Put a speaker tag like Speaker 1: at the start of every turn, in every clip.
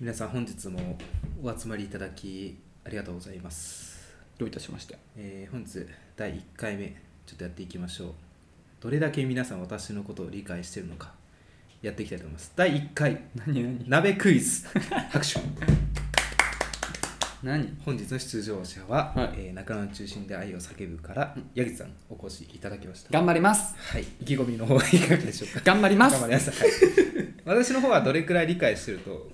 Speaker 1: 皆さん本日もお集まりいただきありがとうございます、
Speaker 2: どういたしまして。
Speaker 1: えー本日第1回目ちょっとやっていきましょうどれだけ皆さん私のことを理解しているのかやっていきたいと思います第1回
Speaker 2: 何何
Speaker 1: 鍋クイ ズ拍手
Speaker 2: 何
Speaker 1: 本日の出場者は、
Speaker 2: は
Speaker 1: え
Speaker 2: い
Speaker 1: ー中野の中心で愛を叫ぶから矢口さんお越しいただきました
Speaker 2: 頑張ります
Speaker 1: はい意気込みの方はいかがでしょう か
Speaker 2: 頑張りま
Speaker 1: 頑
Speaker 2: す
Speaker 1: 張りなさい私の方はどれくらい理解してると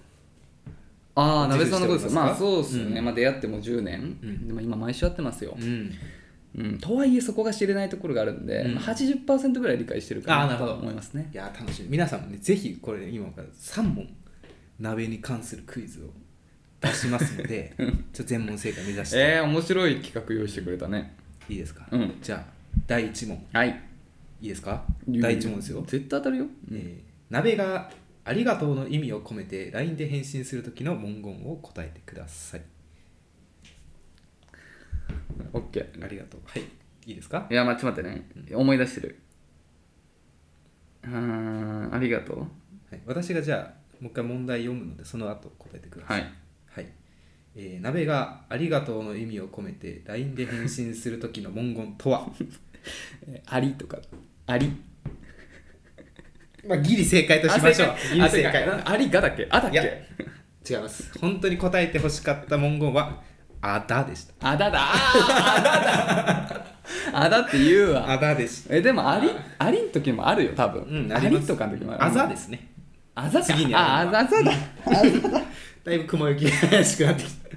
Speaker 2: ああ、鍋さんのこと
Speaker 1: 自負しておりま
Speaker 2: です。
Speaker 1: すか
Speaker 2: まあそうですね。
Speaker 1: うん
Speaker 2: まあ出会ってもう10年。
Speaker 1: うん
Speaker 2: でも今毎週会ってますよ
Speaker 1: う。ん
Speaker 2: うん。とはいえそこが知れないところがあるんで、
Speaker 1: うん
Speaker 2: まあ80%ぐらい理解してる
Speaker 1: あ
Speaker 2: か
Speaker 1: ー
Speaker 2: な
Speaker 1: なるほ
Speaker 2: と
Speaker 1: ど
Speaker 2: 思いますね。
Speaker 1: いやー楽しみ皆さんもねぜひこれ今から3問鍋に関するクイズを出しますの でちょっと全問正解目指して、
Speaker 2: えー、面白い企画用意してくれたね。
Speaker 1: いいですか、
Speaker 2: うん
Speaker 1: じゃあ第1問
Speaker 2: はい。
Speaker 1: いいですか第1問ですよ、
Speaker 2: 絶対当たるよ。
Speaker 1: えー鍋が「ありがとう」の意味を込めて LINE で返信する時の文言を答えてください
Speaker 2: オッケー
Speaker 1: あ。りがとうはいいいですか
Speaker 2: いや、まあちょっと待ってね。思い出してる。あー、ありがとう。
Speaker 1: はい、私がじゃあもう一回問題読むのでその後答えてくださ、
Speaker 2: はいい。
Speaker 1: はいえー鍋が「ありがとう」の意味を込めて LINE で返信する時の文言とは
Speaker 2: えーありとか、あり。
Speaker 1: まあギリ正解としましょう
Speaker 2: あ正解
Speaker 1: ギリ
Speaker 2: あ
Speaker 1: 正
Speaker 2: 正解
Speaker 1: 解
Speaker 2: ありがだっけあだっ
Speaker 1: いや
Speaker 2: け
Speaker 1: 違います本当に答えてほしかった文言は「あだ」でした
Speaker 2: あだだあーあだだあだって言うわ
Speaker 1: あだでし
Speaker 2: えでもありありん時もあるよ多分、
Speaker 1: たうん
Speaker 2: あ
Speaker 1: り
Speaker 2: り
Speaker 1: ます
Speaker 2: とかの時もある
Speaker 1: あざですね
Speaker 2: あざか
Speaker 1: 次に
Speaker 2: あ
Speaker 1: あ
Speaker 2: あ
Speaker 1: る
Speaker 2: ざあざだ
Speaker 1: だいぶ雲行きが怪しくなってきた、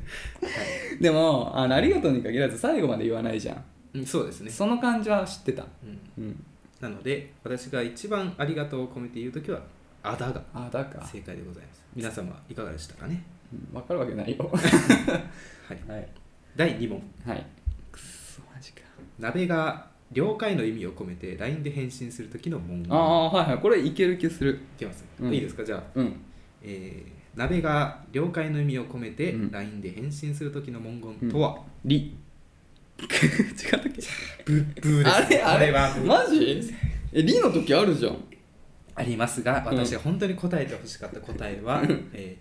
Speaker 2: でもあのありがとうに限らず最後まで言わないじゃん、
Speaker 1: うん、そうですね、
Speaker 2: その感じは知ってた、
Speaker 1: うん、
Speaker 2: うん、
Speaker 1: なので私が一番「ありがとう」を込めて言う時は「あだ」が
Speaker 2: あだか、
Speaker 1: 正解でございます皆様いかがでしたかね、
Speaker 2: うん、分かるわけないよ
Speaker 1: はい、
Speaker 2: はい
Speaker 1: 第2問
Speaker 2: はいくっそマジか
Speaker 1: 鍋が了解の意味を込めて LINE で返信する時の文言
Speaker 2: ああはいはいこれいける気する
Speaker 1: いけます、
Speaker 2: うん
Speaker 1: いいですかじゃあ、
Speaker 2: うん
Speaker 1: えー鍋が了解の意味を込めて
Speaker 2: うん
Speaker 1: LINE で返信する時の文言とは、
Speaker 2: り 違ったっけ
Speaker 1: ブッブーです
Speaker 2: あれあれ
Speaker 1: こは
Speaker 2: マジえリの時あるじゃん
Speaker 1: ありますが
Speaker 2: うん
Speaker 1: 私が本当に答えてほしかった答えは、え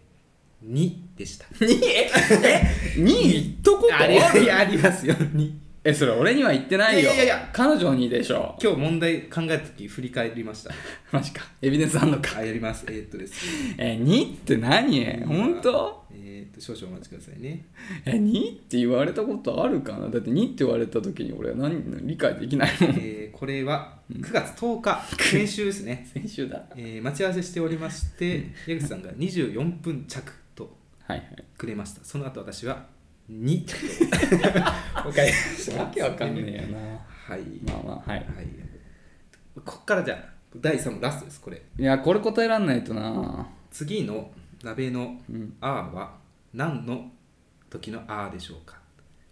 Speaker 1: ー、2で した
Speaker 2: 2え2行っとこ
Speaker 1: ありいやありますよ2
Speaker 2: えそれ俺には言ってないよ
Speaker 1: いやいやいや
Speaker 2: 彼女にでしょ
Speaker 1: 今日問題考えた時振り返りました
Speaker 2: マジかエビデンスあんのか
Speaker 1: あやりますえーっとですね
Speaker 2: え2って何 本当
Speaker 1: えーっと少々お待ちください ね
Speaker 2: え2って言われたことあるかなだって2って言われた時に俺は何理解できないもん
Speaker 1: えーこれは9月10日、先週ですね、
Speaker 2: 先週だ
Speaker 1: えー待ち合わせしておりまして、矢口さんが24分着と
Speaker 2: はいはい
Speaker 1: くれました。その後私は2着 と。お返し
Speaker 2: わけわかんねえよな
Speaker 1: はい。
Speaker 2: まあまあはい
Speaker 1: はい。こっからじゃあ、第3問ラストです、これ。
Speaker 2: いやこれ答えらんないとな
Speaker 1: 次の鍋の
Speaker 2: うん
Speaker 1: 「あ」は何の時の「あ」でしょうか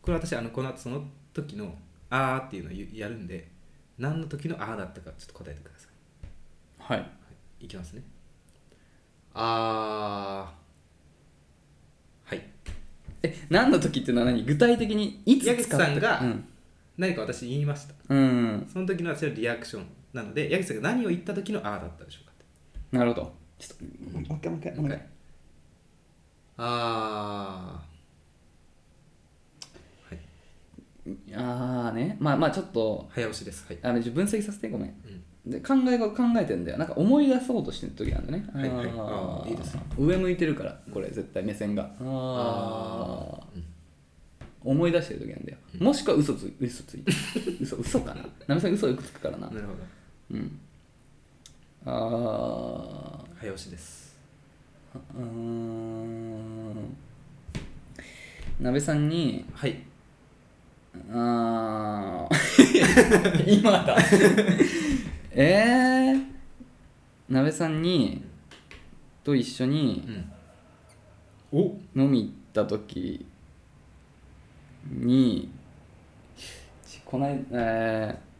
Speaker 1: これ私あのこの後その時の「あ」っていうのをゆやるんで何の時の「あ」だったかちょっと答えてください
Speaker 2: はい
Speaker 1: いきますね。あーはい。
Speaker 2: え何の時っていうのは何具体的にいつ使
Speaker 1: 矢
Speaker 2: っ
Speaker 1: 口
Speaker 2: た
Speaker 1: さんが
Speaker 2: うん、
Speaker 1: 何か私言いました。
Speaker 2: うん、
Speaker 1: その時の私のリアクションなので、矢口さんが何を言った時のあーだったでしょうか。
Speaker 2: なるほどちょっともう一回もう一回もう一回
Speaker 1: あー。はい。
Speaker 2: ああねまあまあちょっと
Speaker 1: 早押しです。はい。
Speaker 2: あの分析させてごめん
Speaker 1: うん、
Speaker 2: で考えが考えてんだよなんか思い出そうとしてる時なんだね
Speaker 1: はいはい
Speaker 2: あー
Speaker 1: あーいいです
Speaker 2: 上向いてるからこれ絶対目線がああ
Speaker 1: ーうん
Speaker 2: 思い出してる時なんだよもしくは嘘つ嘘ついて 嘘嘘かななめさん嘘よくつくからな
Speaker 1: なるほど。
Speaker 2: うんああ
Speaker 1: 早押しです。
Speaker 2: うーん鍋さんに
Speaker 1: はい。
Speaker 2: あー今だ えー、鍋さんにと一緒に
Speaker 1: うん。お
Speaker 2: 飲み行った時にちこないえー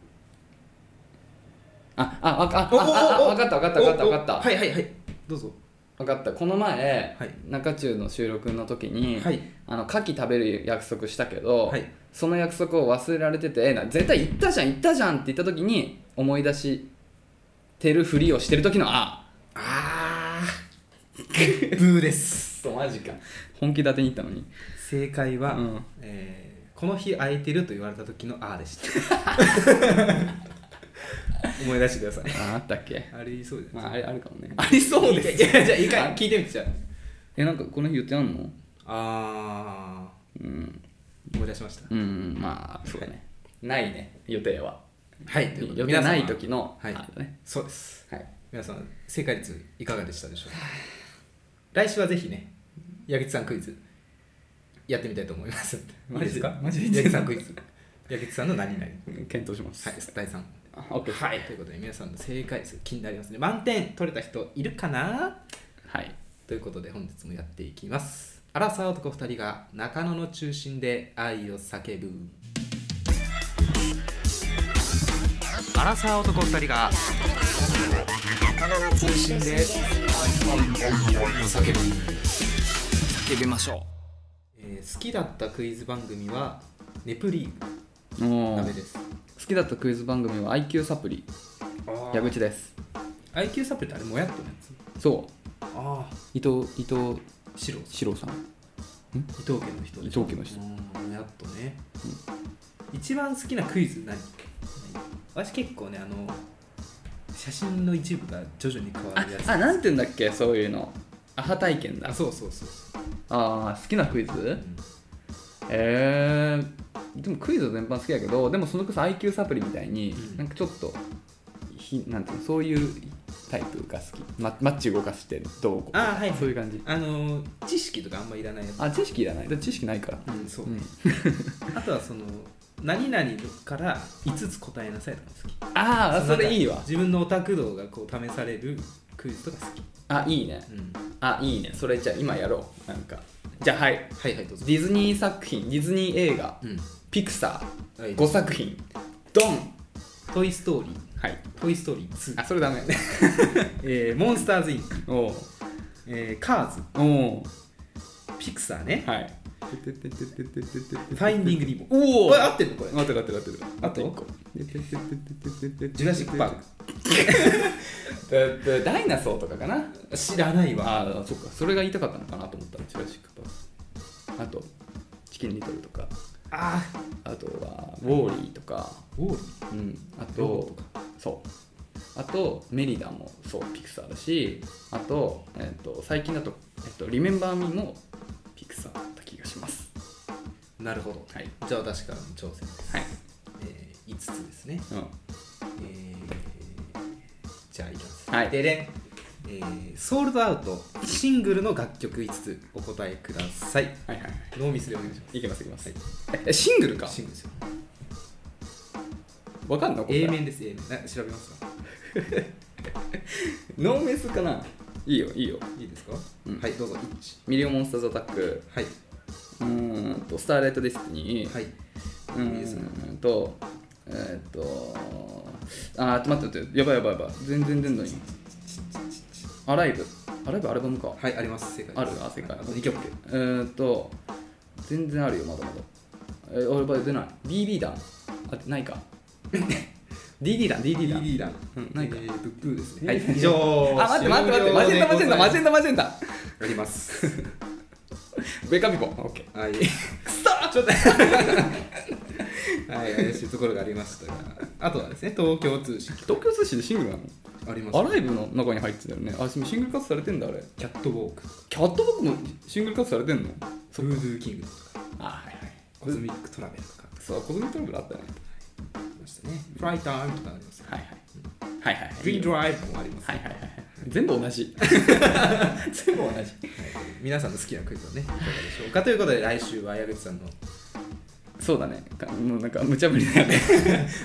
Speaker 2: あ、あ、わかああああわかったわかったわかったわかった
Speaker 1: はいはいはい。どうぞ。
Speaker 2: わかったこの前、
Speaker 1: はい
Speaker 2: 中中の収録の時に、
Speaker 1: はい
Speaker 2: あの牡蠣食べる約束したけど、
Speaker 1: はい
Speaker 2: その約束を忘れられててな絶対行ったじゃん行ったじゃんって言った時に思い出してるふりをしてる時のあ
Speaker 1: あー。ブーです。
Speaker 2: そうマジか本気立てに行ったのに
Speaker 1: 正解は、
Speaker 2: うん
Speaker 1: えーこの日空いてると言われた時の「あ」でした 思い出してください
Speaker 2: ああったっけ
Speaker 1: ありそうじゃない
Speaker 2: まああれあるかもね
Speaker 1: ありそうです
Speaker 2: いやいや
Speaker 1: じゃあ一回
Speaker 2: あ
Speaker 1: 聞いてみてじゃ
Speaker 2: えなんかこの日言ってあんの
Speaker 1: ああ
Speaker 2: うん
Speaker 1: ー思い出しました
Speaker 2: うんまあそうだねないね予定は
Speaker 1: はいということで
Speaker 2: 予定ない
Speaker 1: 皆様
Speaker 2: 時の
Speaker 1: はい
Speaker 2: あれね
Speaker 1: そうです
Speaker 2: はい
Speaker 1: 皆さん正解率いかがでしたでしょうか 来週はぜひね矢口さんクイズやってみたいと思います
Speaker 2: マジで
Speaker 1: いい
Speaker 2: マジで
Speaker 1: 矢口さんクイズ矢口さんの何々
Speaker 2: 検討します
Speaker 1: はい第3
Speaker 2: あ OK
Speaker 1: はい、ということで皆さんの正解数気になりますね満点取れた人いるかな
Speaker 2: はい
Speaker 1: ということで本日もやっていきますアラサー男2人が中野の中心で愛を叫ぶアラサー男2人が中野の中心で愛を叫ぶ
Speaker 2: 叫びましょ
Speaker 1: えー好きだったクイズ番組はネプリーグ
Speaker 2: うお
Speaker 1: ダメ
Speaker 2: ー
Speaker 1: です
Speaker 2: 好きだったクイズ番組は IQ サプリ矢口です
Speaker 1: IQ サプリってあれもやってるやつ
Speaker 2: そう
Speaker 1: ああ
Speaker 2: 伊藤伊藤
Speaker 1: 白
Speaker 2: 四郎さん
Speaker 1: 伊藤家の人でしょ
Speaker 2: 伊藤家の人
Speaker 1: うんやっとね、一番好きなクイズ何私結構ねあの写真の一部が徐々に変わ
Speaker 2: あ
Speaker 1: るやつ
Speaker 2: あなんて言うんだっけそういうのアハ体験だ
Speaker 1: あそうそうそう、
Speaker 2: あー好きなクイズ
Speaker 1: うん
Speaker 2: えー、でもクイズ全般好きだけどでもそれこそ IQ サプリみたいに、
Speaker 1: うん
Speaker 2: なんかちょっとひなんていうのそういうタイプが好きママッチ動かしてどうこう
Speaker 1: あはい
Speaker 2: そういう感じ
Speaker 1: あの知識とかあんまいらないやつ
Speaker 2: あ知識いらないだって知識ないから、
Speaker 1: うんそう、
Speaker 2: うん
Speaker 1: あとはその何々から5つ答えなさいとか好き
Speaker 2: ああ
Speaker 1: の
Speaker 2: それいいわ
Speaker 1: なんか自分のオタク度がこう試されるクイズとか好き、
Speaker 2: あいいね
Speaker 1: うん、
Speaker 2: あいいねそれじゃあ今やろうなんかじゃあはい
Speaker 1: はいはいどうぞ、
Speaker 2: ディズニー作品ディズニー映画
Speaker 1: うん
Speaker 2: ピクサ
Speaker 1: は
Speaker 2: ー
Speaker 1: い
Speaker 2: 5作品ドン
Speaker 1: 「トイ・ストーリー」
Speaker 2: はい
Speaker 1: 「トイ・ストーリー2」
Speaker 2: あそれダメ
Speaker 1: えーモンスターズ・インク」
Speaker 2: おう
Speaker 1: えーカーズ、
Speaker 2: おお
Speaker 1: ピクサーね、
Speaker 2: はい
Speaker 1: ファインディング・リボン。
Speaker 2: お
Speaker 1: これ合ってるのこれ。
Speaker 2: 待ってる待ってる
Speaker 1: あとジ
Speaker 2: ジ
Speaker 1: ュラシック・パー
Speaker 2: クダイナソーとかかな
Speaker 1: ク。知らないわ。
Speaker 2: ああそっかそれが言いたかったのかなと思ったジュラシック・パークあとチキン・リトルとか
Speaker 1: あ
Speaker 2: あとはウォーリーとか
Speaker 1: ー、ウォーリ
Speaker 2: うんあ
Speaker 1: ロボ
Speaker 2: と
Speaker 1: とか
Speaker 2: そうあとメリダもそうピクサーだしあと,、えっと最近だと「えっとリメンバー・ミー」もピクサーだった気がします
Speaker 1: ー。なるほど。
Speaker 2: はい
Speaker 1: じゃあ私からの挑戦です。
Speaker 2: はい、
Speaker 1: えー、5つですね。
Speaker 2: うん、
Speaker 1: えー、じゃあいきます。
Speaker 2: はい
Speaker 1: でれん。えー、ソールドアウトシングルの楽曲5つお答えください
Speaker 2: はいはいは
Speaker 1: ノーミスでお願いします
Speaker 2: いいけますいけます、
Speaker 1: はい
Speaker 2: ええシングルか
Speaker 1: シングルですよ
Speaker 2: わかんのこれ
Speaker 1: A 面です A 面な調べますか
Speaker 2: ノーメスかないいよいいよ
Speaker 1: いいですか、
Speaker 2: うん
Speaker 1: はいどうぞ1
Speaker 2: ミリオン・モンスターズ・アタック
Speaker 1: はいう
Speaker 2: ーんとスターレット・ディスティニー、
Speaker 1: はい
Speaker 2: う
Speaker 1: いいですね
Speaker 2: ーんとえーっとあーちょっと待って待ってやばいやばいやばい全然出んのにアライブアライブアルバムか
Speaker 1: はいあります正解
Speaker 2: あるな正解
Speaker 1: あと2曲
Speaker 2: えーっと全然あるよまだまだえー、俺ば出ない DD 弾あないか DD 弾 DD 弾
Speaker 1: リーダー
Speaker 2: うんないか
Speaker 1: えーとグーですね。
Speaker 2: はい
Speaker 1: 以上。
Speaker 2: あ待って待って待ってマジェンダマジェンダマジェンダマジェンダ
Speaker 1: ダ。あります。
Speaker 2: ベカビコンオッケー
Speaker 1: はい。くそちょっと。 はい、怪しいところがありましたが。あとはですね、東京通信。
Speaker 2: 東京通信でシングルなの
Speaker 1: あります。
Speaker 2: アライブの中に入ってたよねあシングルカットされてんだあれ
Speaker 1: キャットウォークとか、
Speaker 2: キャット僕もシングルカットされてん
Speaker 1: ブ
Speaker 2: の
Speaker 1: ードゥーキングとか、
Speaker 2: あはいはい
Speaker 1: コズミックトラベルとかあ
Speaker 2: そうコズミトラブルあったね
Speaker 1: りましたね。フライタイムとかあります。
Speaker 2: はいはいはいはい
Speaker 1: フリード
Speaker 2: は
Speaker 1: ライブもあります。
Speaker 2: いはいはい全部同 じ全部同じ
Speaker 1: はい皆さんの好きなクイズはね、いかがでしょうか。ということで、来週は矢口さんの
Speaker 2: そうだねかもうなんか無茶ぶりだよね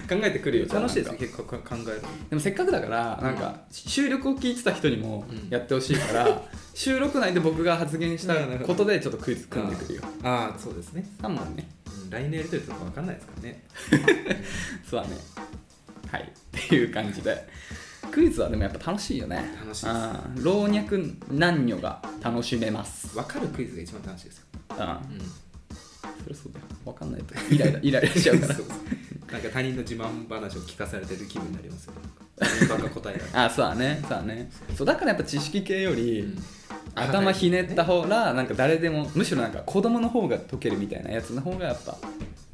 Speaker 2: 考えてくるよ
Speaker 1: 楽しいです
Speaker 2: なん
Speaker 1: ね、結
Speaker 2: か
Speaker 1: 構か考えるの。
Speaker 2: でもせっかくだからなんか収録を聞いてた人にも
Speaker 1: うん
Speaker 2: やってほしいから、 収録内で僕が発言したことでちょっとクイズ組んでくるよ
Speaker 1: ああ、そうですね。
Speaker 2: 3問ね
Speaker 1: うん LINE のやりとりとかわかんないですからね。
Speaker 2: そうだねはいっていう感じでクイズはでもやっぱ楽しいよね
Speaker 1: 楽しいです
Speaker 2: あー老若男女が楽しめます
Speaker 1: 分かるクイズが一番楽しいですよ、
Speaker 2: うん
Speaker 1: う
Speaker 2: それそうだよ分かんないとイ ライライライラしちゃうから
Speaker 1: なんか他人の自慢話を聞かされてる気分になりますよねバカ答えが
Speaker 2: あーそうだねそうだねそうだからやっぱ知識系より、
Speaker 1: うん
Speaker 2: 頭ひねった方がなんか誰でもむしろなんか子供の方が解けるみたいなやつの方がやっぱ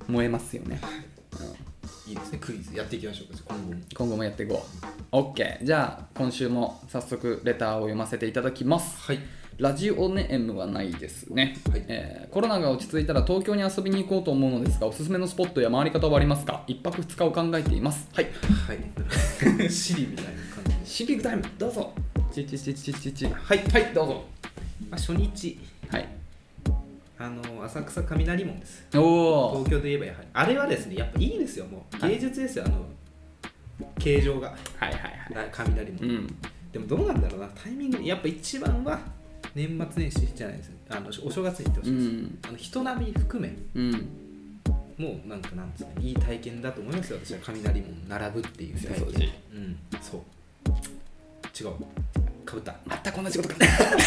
Speaker 2: 燃えますよね、うん
Speaker 1: いいですねクイズやっていきましょうかじゃあ今後も
Speaker 2: 今後もやっていこう OK じゃあ今週も早速レターを読ませていただきます
Speaker 1: はい
Speaker 2: ラジオネームはないですね、
Speaker 1: はい
Speaker 2: えーコロナが落ち着いたら東京に遊びに行こうと思うのですがおすすめのスポットや回り方はありますか1泊2日を考えています はい
Speaker 1: はいシリみたいな感じで
Speaker 2: シビックタイムどうぞチチチチチチチはいはいどうぞ
Speaker 1: まあ、初日
Speaker 2: はい
Speaker 1: あの浅草雷門です
Speaker 2: おお
Speaker 1: 東京で言えばやはりあれはですねやっぱいいですよもう
Speaker 2: はい
Speaker 1: 芸術ですよ、あの形状が
Speaker 2: はいはいはい
Speaker 1: な雷
Speaker 2: う
Speaker 1: 門、
Speaker 2: ん
Speaker 1: でもどうなんだろうなタイミングやっぱ一番は年末年始じゃないですねあのお正月に行ってほし
Speaker 2: う
Speaker 1: いです、
Speaker 2: ん
Speaker 1: あの人並み含め
Speaker 2: うん
Speaker 1: もうなんかなんですかいい体験だと思いますよ私は雷門並ぶっていう体
Speaker 2: そうそう
Speaker 1: 験うんそう違うかぶった
Speaker 2: またこんな仕事か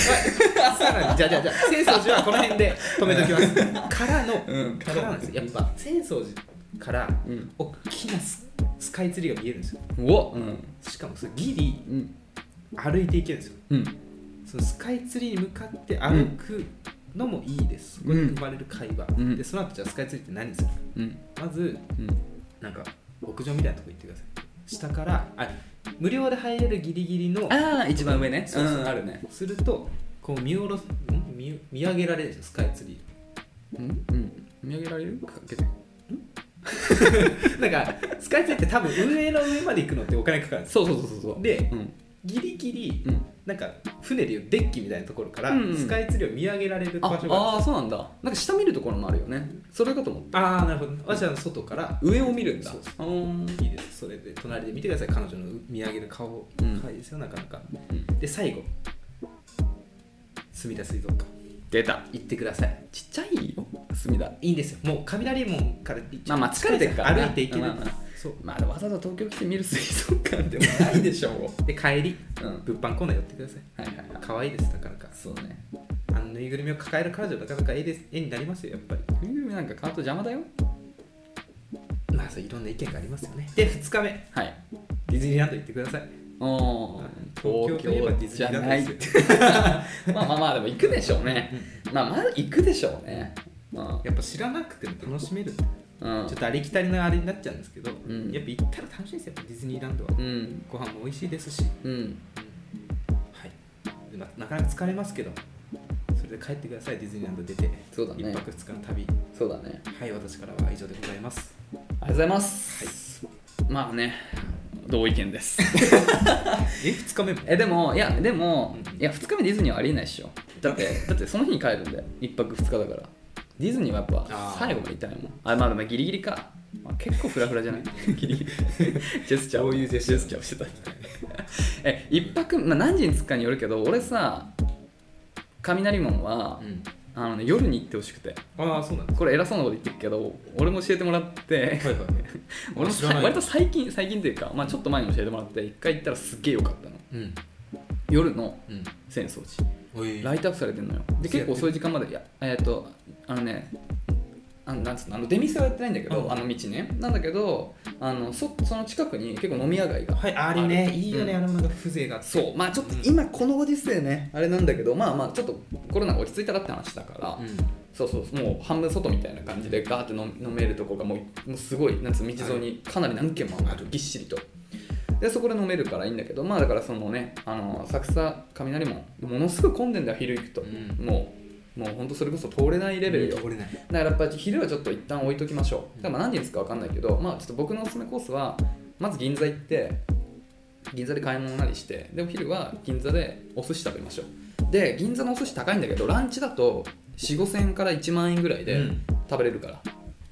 Speaker 1: さらにじゃあじゃあじゃあ浅草寺はこの辺で止めておきますからの、
Speaker 2: うん
Speaker 1: からなんですよやっぱ浅草寺から
Speaker 2: うん
Speaker 1: 大きなススカイツリーが見えるんですよ
Speaker 2: おうん
Speaker 1: しかもそれギリ
Speaker 2: うん
Speaker 1: 歩いていけるんですよ
Speaker 2: うん
Speaker 1: そのスカイツリーに向かって歩くのもいいです、
Speaker 2: うん
Speaker 1: そこで生まれる会話、
Speaker 2: うん
Speaker 1: でその後じゃあスカイツリーって何する
Speaker 2: うん
Speaker 1: まず
Speaker 2: うん
Speaker 1: なんか屋上みたいなとこ行ってください下からあ無料で入れるギリギリの
Speaker 2: ああ一番上ね
Speaker 1: そうそう
Speaker 2: あるね
Speaker 1: するとこう見下ろすん見見上げられるんですよスカイツリ
Speaker 2: うんうん見上げられるかけ
Speaker 1: ー なんかスカイツリーって多分運営の上まで行くのってお金かかるんですよ
Speaker 2: そうそうそうそうそう
Speaker 1: で
Speaker 2: うん
Speaker 1: ギリギリ
Speaker 2: うん
Speaker 1: なんか船でいうデッキみたいなところから
Speaker 2: うん
Speaker 1: スカイツリーを見上げられる場
Speaker 2: あ
Speaker 1: 所がある
Speaker 2: あーそうなんだなんか下見るところもあるよねそれかと思った
Speaker 1: ああーなるほど私は外から
Speaker 2: 上を見るんだ
Speaker 1: そう
Speaker 2: あー
Speaker 1: いいですそれで隣で見てください彼女の見上げる顔を、
Speaker 2: うん
Speaker 1: 可愛いですよなかなか
Speaker 2: うん
Speaker 1: で最後隅田水族館
Speaker 2: 出た
Speaker 1: 行ってください
Speaker 2: ちっちゃいよ隅田
Speaker 1: いいんですよもう雷門から一
Speaker 2: まあまあ疲れてるからな
Speaker 1: 歩いていける、
Speaker 2: まあまあまあ
Speaker 1: そう
Speaker 2: まだわざわざ東京来て見る水族館でもないで しょう
Speaker 1: で帰り
Speaker 2: うんはい
Speaker 1: 物販コーナー寄ってください
Speaker 2: はいはい
Speaker 1: 可愛いですだからか
Speaker 2: そうね
Speaker 1: あのぬいぐるみを抱える彼女なかなか絵です絵になりますよやっぱり
Speaker 2: ぬいぐるみなんか買うと邪魔だよ
Speaker 1: まあそういろんな意見がありますよねで2日目
Speaker 2: はい
Speaker 1: ディズニーランド行ってください
Speaker 2: おー
Speaker 1: 東京といえばディズニーランドですよ
Speaker 2: まあまあまあでも行くでしょうね、まあまず行くでしょうねま
Speaker 1: やっぱ知らなくても楽しめる
Speaker 2: あうん
Speaker 1: ちょっとありきたりなあれになっちゃうんですけど、
Speaker 2: ん
Speaker 1: やっぱ行ったら楽しいですよディズニーランドは、
Speaker 2: うん
Speaker 1: ご飯も美味しいですし、
Speaker 2: うん
Speaker 1: はいななかなか疲れますけどそれで帰ってくださいディズニーランド出て
Speaker 2: そうだね
Speaker 1: 1泊2日の旅
Speaker 2: そうだね
Speaker 1: はい私からは以上でございます
Speaker 2: ありがとうございます、まあね同意見です
Speaker 1: え2日目も
Speaker 2: えでもいやでも
Speaker 1: うん
Speaker 2: いや2日目ディズニーはありえないっしょだって だってその日に帰るんで1泊2日だからディズニーはやっ
Speaker 1: あ
Speaker 2: ぱ
Speaker 1: ー
Speaker 2: 最後まで行ったいもんあまあでもギリギリか、まあ、結構フラフ ラじゃないギリギリ ジェスチャー
Speaker 1: ど
Speaker 2: を
Speaker 1: ういうジェスチャー
Speaker 2: をしてた え一泊、まあ、何時に着くかによるけど俺さ雷門は、
Speaker 1: うん
Speaker 2: あのね、夜に行ってほしくて
Speaker 1: ああそうなんです
Speaker 2: これ偉そうなこと言ってるけど俺も教えてもら って
Speaker 1: はいはい
Speaker 2: 俺も
Speaker 1: 知らない
Speaker 2: 割と最近最近というか、まあ、ちょっと前に教えてもらって一回行ったらすっげえよかったの
Speaker 1: うん
Speaker 2: 夜の
Speaker 1: うん
Speaker 2: 浅草寺
Speaker 1: おい
Speaker 2: ライトアップされてんのよで結構遅い時間までいやえーっとあのねあのなんつうのあの出店はやってないんだけど、
Speaker 1: うん
Speaker 2: あの道ねなんだけどあのそその近くに結構飲み屋街が
Speaker 1: はいあれね
Speaker 2: ある
Speaker 1: いいよね、
Speaker 2: うん
Speaker 1: あのなんか風情があって
Speaker 2: そうまあちょっと
Speaker 1: うん
Speaker 2: 今このご時世ねあれなんだけどまあまあちょっとコロナが落ち着いたらって話だから、
Speaker 1: うん
Speaker 2: そうそうもう半分外みたいな感じでガーって飲飲めるとこがもうもうすごいなんつうの道沿いにかなり何軒もあるぎっしりとでそこで飲めるからいいんだけどまあだからそのねあの浅草雷門ものすごい混んでんだよ昼行くと、
Speaker 1: う
Speaker 2: もうもうほんとそれこそ通れないレベルよ、
Speaker 1: 汚れない
Speaker 2: だからやっぱり昼はちょっと一旦置いときましょ
Speaker 1: う
Speaker 2: うんだからまあ何ですか分かんないけど、まあ、ちょっと僕のおすすめコースはまず銀座行って銀座で買い物なりしてでお昼は銀座でお寿司食べましょうで銀座のお寿司高いんだけどランチだと4 5千円から1万円ぐらいで
Speaker 1: うん
Speaker 2: 食べれるから、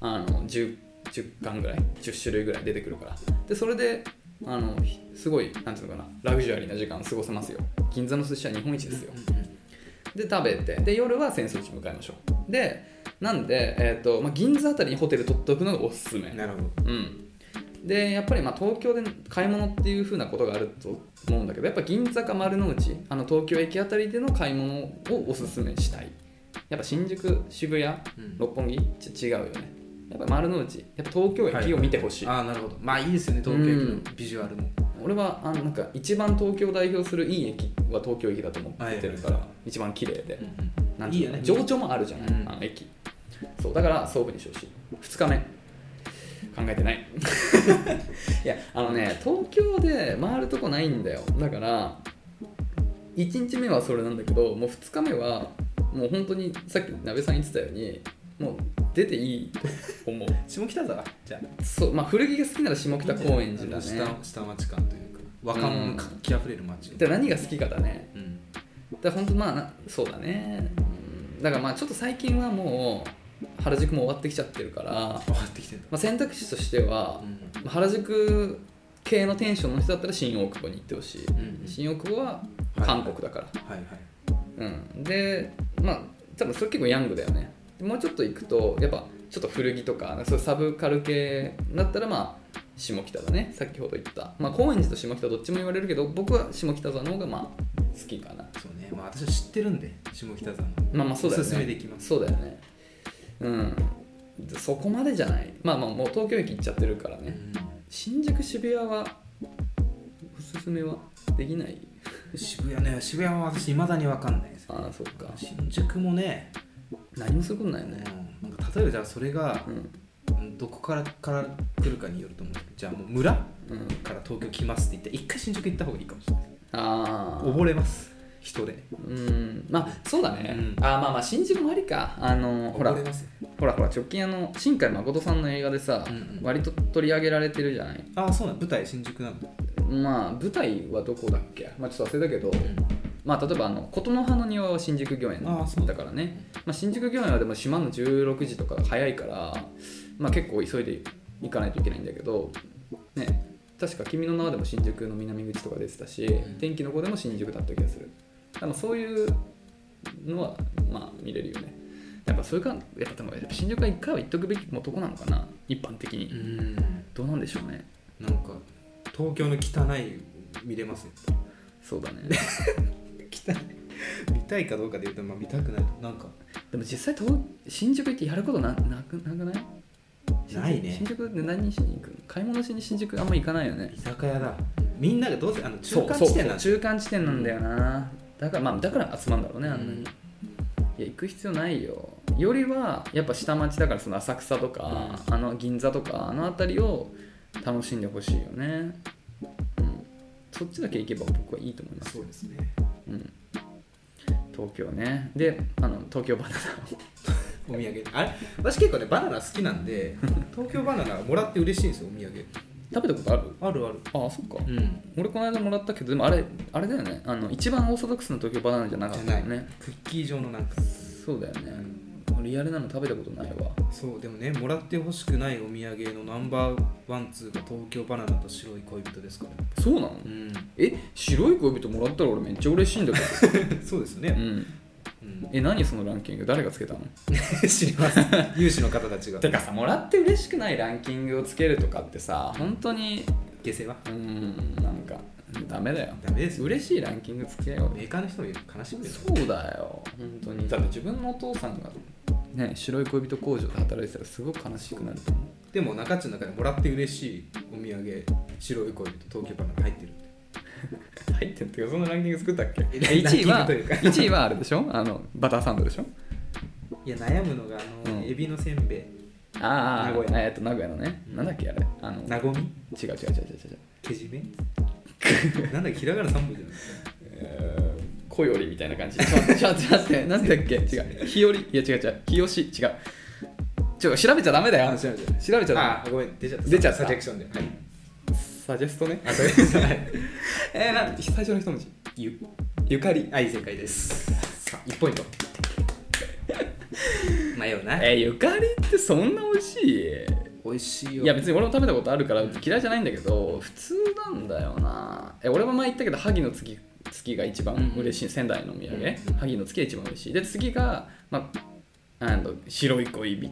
Speaker 2: あの 10, 10巻ぐらい10種類ぐらい出てくるからでそれであのひすごいなんていうのかなラグジュアリーな時間過ごせますよ銀座の寿司は日本一ですよで食べてで夜は浅草寺向かいましょうでなんで、えーとまあ、銀座あたりにホテル取っておくのがおすすめ
Speaker 1: なるほど
Speaker 2: うんでやっぱりまあ東京で買い物っていう風なことがあると思うんだけどやっぱ銀座か丸の内あの東京駅あたりでの買い物をおすすめしたいやっぱ新宿渋谷
Speaker 1: うん
Speaker 2: 六本木ち違うよねやっぱ丸の内やっぱ東京駅を見てほしい、
Speaker 1: ああなるほどまあいいですよね東京駅のビジュアルも
Speaker 2: 俺はあのなんか一番東京を代表するいい駅は東京駅だと思ってるから、
Speaker 1: はいはい
Speaker 2: 一番綺麗で、なんて
Speaker 1: いい
Speaker 2: いう
Speaker 1: よ
Speaker 2: の
Speaker 1: ね
Speaker 2: 情緒もあるじゃない、
Speaker 1: うん
Speaker 2: あの駅そうだから総武にしてほしい2日目考えてない いやあのね東京で回るとこないんだよだから1日目はそれなんだけどもう2日目はもう本当にさっき鍋さん言ってたようにもう出ていいと思う
Speaker 1: 下北沢じゃ
Speaker 2: そうまあ古着が好きなら下
Speaker 1: あ
Speaker 2: 北高円寺だね
Speaker 1: 下下町感というか若者の活気あふれる街
Speaker 2: で何が好きかだね
Speaker 1: うん
Speaker 2: だから本当まあなそうだねうんだからまあちょっと最近はもう原宿も終わってきちゃってるから、ま
Speaker 1: 分かってきてんだ
Speaker 2: あ、選択肢としては
Speaker 1: う、ん
Speaker 2: まあ原宿系のテンションの人だったら新大久保に行ってほしい、
Speaker 1: うん
Speaker 2: 新大久保は韓国だから、
Speaker 1: はいはい
Speaker 2: うん、でまあ多分それ結構ヤングだよねでもうちょっと行くとやっぱちょっと古着とかそういうサブカル系だったらまあ下北だね先ほど言った、まあ、高円寺と下北どっちも言われるけど僕は下北沢の方がまあ好きかな
Speaker 1: そうねまあ私は知ってるんで下北沢の
Speaker 2: まあまあそうだよね
Speaker 1: おすすめできます
Speaker 2: そうだよねうんそこまでじゃないまあまあもう東京駅行っちゃってるから
Speaker 1: う
Speaker 2: ね
Speaker 1: ん
Speaker 2: 新宿渋谷はおすすめはできない
Speaker 1: 渋谷ね渋谷は私いまだに分かんないです
Speaker 2: ああそっか
Speaker 1: 新宿もね
Speaker 2: 何もすることないよ
Speaker 1: うん
Speaker 2: ね
Speaker 1: なんか例えばじゃあそれが
Speaker 2: うん
Speaker 1: うんどこからから来るかによると思うけどじゃあもう村か
Speaker 2: う
Speaker 1: ら
Speaker 2: ん
Speaker 1: 東京来ますって言って一回新宿行った方がいいかもしれない
Speaker 2: ああ
Speaker 1: 溺れます人で
Speaker 2: うんまあそうだね、
Speaker 1: うん
Speaker 2: ああまあまあ新宿もありかあのほら
Speaker 1: 溺れますよ
Speaker 2: ほらほら直近あの新海誠さんの映画でさ、
Speaker 1: うんうん
Speaker 2: 割と取り上げられてるじゃない
Speaker 1: ああそうなん舞台新宿なんだ
Speaker 2: まあ舞台はどこだっけまあちょっと忘れたけど、
Speaker 1: う
Speaker 2: まあ、例えばあの琴の葉の庭は新宿御苑
Speaker 1: ああそう
Speaker 2: だからね、まあ、新宿御苑はでも閉まるの16時とか早いから、まあ、結構急いで行かないといけないんだけど、ね、確か「君の名は」でも新宿の南口とか出てたし、
Speaker 1: ん
Speaker 2: 天気の子でも新宿だった気がするだからそういうのはまあ見れるよねやっぱそういうかやっぱでもやっぱ新宿は一回は行っとくべきもうとこなのかな一般的に、
Speaker 1: ん
Speaker 2: どうなんでしょうね
Speaker 1: なんか東京の汚い見れますよ
Speaker 2: そうだね
Speaker 1: 汚い見たいかどうかで言うと、まあ、見たくないなんか
Speaker 2: でも実際東新宿行ってやることななくなくない
Speaker 1: ないね
Speaker 2: 新宿で何しに行くの買い物しに新宿あんま行かないよね
Speaker 1: 居酒屋だみんながどうせあの中間地点なんだ
Speaker 2: そうそう中間地点なんだよな、だからまあだから集まるんだろうねあんなに、
Speaker 1: うん
Speaker 2: いや行く必要ないよよりはやっぱ下町だからその浅草とか、あの銀座とかあの辺りを楽しんでほしいよねうんそっちだけ行けば僕はいいと思います
Speaker 1: そうですね
Speaker 2: うん東京ねであの東京バナナ
Speaker 1: お土産あれ私結構ねバナナ好きなん で東京バナナもらって嬉しいんですよお土産
Speaker 2: 食べたことある
Speaker 1: あるある
Speaker 2: ああそっか
Speaker 1: うん
Speaker 2: 俺この間もらったけどでもあれあれだよねあの一番オーソドックスの東京バナナじゃなか
Speaker 1: じゃ
Speaker 2: った
Speaker 1: な
Speaker 2: よ
Speaker 1: い
Speaker 2: ね
Speaker 1: クッキー状のなんか
Speaker 2: そうだよねリアルなの食べたことないわ
Speaker 1: そうでもねもらってほしくないお土産のナンバーワンツーが東京バナナと白い恋人ですから
Speaker 2: そうなの
Speaker 1: うん
Speaker 2: え白い恋人もらったら俺めっちゃ嬉しいんだ け
Speaker 1: そうですよ
Speaker 2: ど、
Speaker 1: ね、
Speaker 2: うん、
Speaker 1: うん、
Speaker 2: え何そのランキング誰がつけたの
Speaker 1: 知りません 有志の方たちが
Speaker 2: てかさもらって嬉しくないランキングをつけるとかってさ本当に
Speaker 1: 下世は
Speaker 2: うんなんかダメだよ
Speaker 1: ダメですよ
Speaker 2: 嬉しいランキングつけようよ
Speaker 1: メーカーの人も悲しむよ
Speaker 2: そうだよ本当にだって自分のお父さんがね白い恋人工場で働いてたらすごく悲しくなると 思う
Speaker 1: でも中地の中でもらって嬉しいお土産白い恋人東京バナナ入ってる
Speaker 2: 入ってんってかそのランキング作ったっけ
Speaker 1: え
Speaker 2: 1位
Speaker 1: ラン
Speaker 2: は
Speaker 1: キングというか
Speaker 2: 1位はあれでしょあのバターサンドでしょ
Speaker 1: いや悩むのがあの、
Speaker 2: うん
Speaker 1: エビのせんべい
Speaker 2: ああ
Speaker 1: 名古屋
Speaker 2: えっと名古屋のねなんだっけあれあの違う
Speaker 1: なごみ
Speaker 2: 違う違う違う違う
Speaker 1: けじめ なんだっけひらがな3文字なんですか
Speaker 2: えー小よりみたいな感じちょっと待ってちょっと待ってなんだっけ違う日和いや違う違う日吉違うちょ調べちゃダメだよ
Speaker 1: あ調べちゃダメ
Speaker 2: 調べちゃダ
Speaker 1: あごめん出ちゃった
Speaker 2: 出ちゃった
Speaker 1: サジェクションではい
Speaker 2: メサジェストね
Speaker 1: あそれですはい
Speaker 2: えー、なん最初の一文字ゆゆかり
Speaker 1: はい正解ですさあ1ポイント迷うな
Speaker 2: えー、ゆかりってそんな美味しい
Speaker 1: 美味しいよ
Speaker 2: いや別に俺も食べたことあるから嫌いじゃないんだけど普通なんだよなえ俺も前言ったけど萩の月月が一番嬉しい、仙台のお土産、
Speaker 1: うん
Speaker 2: 萩の月が一番嬉しいで次が、まあ、あの白い恋人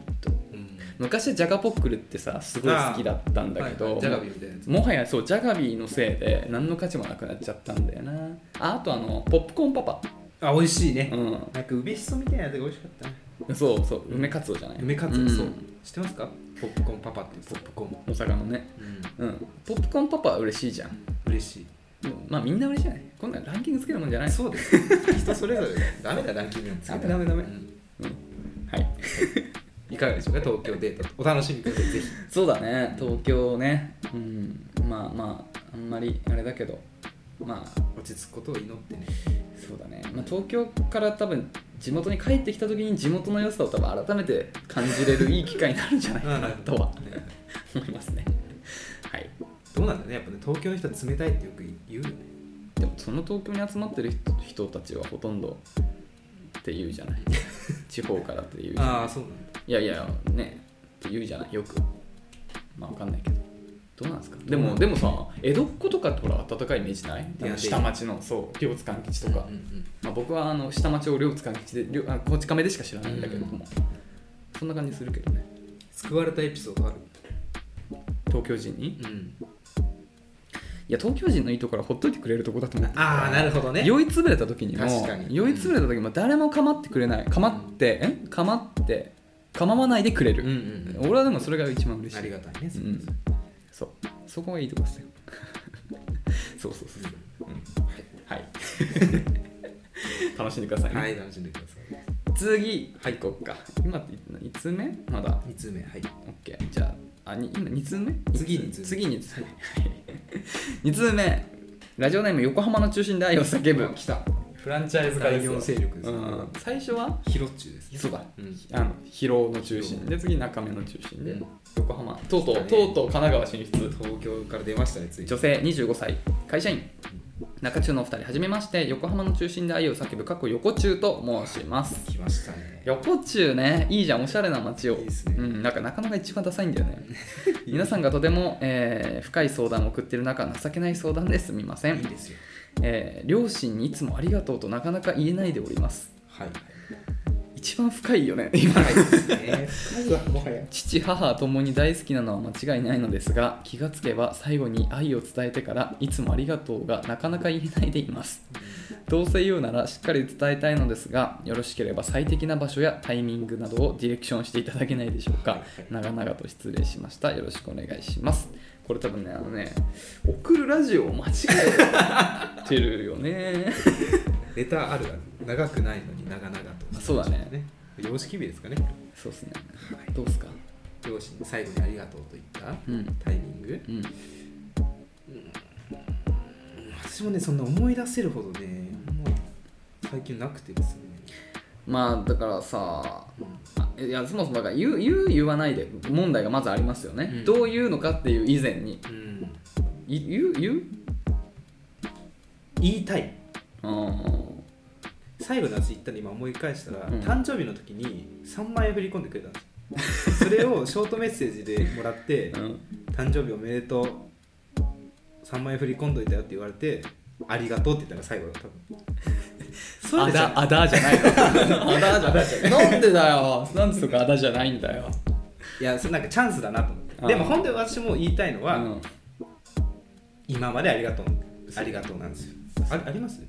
Speaker 1: うん
Speaker 2: 昔はジャガポックルってさすごい好きだったんだけど、
Speaker 1: はいはいジャガビーみたいなやつ
Speaker 2: もはやそうジャガビーのせいで何の価値もなくなっちゃったんだよなああとあのポップコーンパパ
Speaker 1: あ美味しいね、
Speaker 2: う
Speaker 1: なんか梅しそみたいなやつが美味しかったね
Speaker 2: んそうそう梅カツオじゃない
Speaker 1: 梅カツ、
Speaker 2: うん
Speaker 1: そう知ってますかポップコーンパパっていうポップコーン、
Speaker 2: 大阪のね
Speaker 1: うん、
Speaker 2: うんポップコーンパパは嬉しいじゃん
Speaker 1: 嬉しい
Speaker 2: でもまあみんな嬉しいよねこんなんランキングつけるもんじゃない
Speaker 1: そうですよ 人それぞれダメだランキングなんてつけたら
Speaker 2: ダメダメダメ
Speaker 1: うん
Speaker 2: うんはい
Speaker 1: いかがでしょうか東京データお楽しみくださいぜひ
Speaker 2: そうだね東京ねうんまあまああんまりあれだけどまあ
Speaker 1: 落ち着くことを祈ってね
Speaker 2: そうだね、まあ、東京から多分地元に帰ってきた時に地元の良さを多分改めて感じ れるいい機会になるんじゃないかなとは
Speaker 1: ね
Speaker 2: 思いますねはい
Speaker 1: どうなんだねやっぱね東京の人は冷たいってよく言うよね
Speaker 2: でもその東京に集まってる人人たちはほとんどって言うじゃない地方からって言うじゃない
Speaker 1: ああそうなんだ
Speaker 2: いやいやねって言うじゃないよくまあわかんないけどどうなんですかでもでもさ江戸っ子とかってほら暖かいイメージない
Speaker 1: いや
Speaker 2: 下町のそう両津勘吉とか、
Speaker 1: うんうん
Speaker 2: まあ、僕はあの下町を両津勘吉で両あこち亀でしか知らないんだけども、そんな感じするけどね
Speaker 1: 救われたエピソードある
Speaker 2: 東京人に、い
Speaker 1: うん
Speaker 2: や東京人のいいところはほっといてくれるとこだと思って
Speaker 1: ああなるほどね
Speaker 2: 酔いつぶれた時にも
Speaker 1: 確かに
Speaker 2: 酔いつぶれた時も誰も構ってくれない構って、え構って構わないでくれ
Speaker 1: うんう
Speaker 2: る、
Speaker 1: ん
Speaker 2: 俺はでもそれが一番嬉しい
Speaker 1: ありがたいね、
Speaker 2: うん、そうそこがいいとこですよ そうそうそうそう、うん、はい 楽しんでくださいね、
Speaker 1: はい楽しんでください
Speaker 2: 次はい行こうか今っていつ目まだ
Speaker 1: 2通目はい
Speaker 2: OK じゃああに今2通目
Speaker 1: 次二通目
Speaker 2: 次2通目2通目ラジオネーム横浜の中心で愛を叫ぶ
Speaker 1: 来た
Speaker 2: フランチャイズ化
Speaker 1: 第
Speaker 2: ですよ
Speaker 1: 4勢力です
Speaker 2: う
Speaker 1: ね
Speaker 2: ん、最初は
Speaker 1: ヒロッチュですね
Speaker 2: そうだ
Speaker 1: うん
Speaker 2: あの広尾の中心で次中目の中心で
Speaker 1: うん
Speaker 2: 横浜とうとう
Speaker 1: 来た
Speaker 2: とう
Speaker 1: ね
Speaker 2: とう神奈川進出
Speaker 1: 東京から出ましたねついに
Speaker 2: 女性25歳会社員中中のお二人はじめまして横浜の中心で愛を叫ぶ過去横中と申します
Speaker 1: 来ましたね
Speaker 2: 横中ねいいじゃんおしゃれな街を
Speaker 1: いいっすね
Speaker 2: うん、なんかなかなか一番ダサいんだよ ね皆さんがとても、えー深い相談を送っている中情けない相談ですみませ
Speaker 1: いい
Speaker 2: ん、
Speaker 1: ですよ
Speaker 2: えー両親にいつもありがとうとなかなか言えないでおります
Speaker 1: はい
Speaker 2: 一番深いよね今
Speaker 1: はいですね深いわもはや
Speaker 2: 父母ともに大好きなのは間違いないのですが気がつけば最後に愛を伝えてからいつもありがとうがなかなか言えないでいますどうせ言うならしっかり伝えたいのですがよろしければ最適な場所やタイミングなどをディレクションしていただけないでしょう
Speaker 1: はい
Speaker 2: か長々と失礼しましたよろしくお願いしますこれ多分ねあのね送るラジオを間違えてるよね
Speaker 1: レターあるある長くないのに長々と
Speaker 2: そうだね
Speaker 1: 様式日ですかね
Speaker 2: そうっすねどうっすか
Speaker 1: 両親に最後にありがとうと言った
Speaker 2: うん
Speaker 1: タイミング
Speaker 2: うん
Speaker 1: 私もねそんな思い出せるほどねもう最近なくてですね
Speaker 2: まあだからさあいやそもそもだから言う言う言わないで問題がまずありますよね、
Speaker 1: うん
Speaker 2: どう言うのかっていう以前に
Speaker 1: うん
Speaker 2: い言う言う
Speaker 1: 言いたい
Speaker 2: あー
Speaker 1: 最後の話言ったの今思い返したら、
Speaker 2: うん
Speaker 1: 誕生日の時に3万円振り込んでくれたんですよそれをショートメッセージでもら って
Speaker 2: うん
Speaker 1: 「誕生日おめでとう3万円振り込んどいたよ」って言われて「ありがとう」って言ったら最後だ多 分そう
Speaker 2: あ
Speaker 1: でしょ
Speaker 2: だあだじゃないのあだじゃないなんでだよなんでそこあだじゃないんだよ
Speaker 1: いやそれなんかチャンスだなと思って
Speaker 2: あー
Speaker 1: でも本当に私も言いたいのは、
Speaker 2: うん
Speaker 1: 今までありがとうありがとうなんですよああります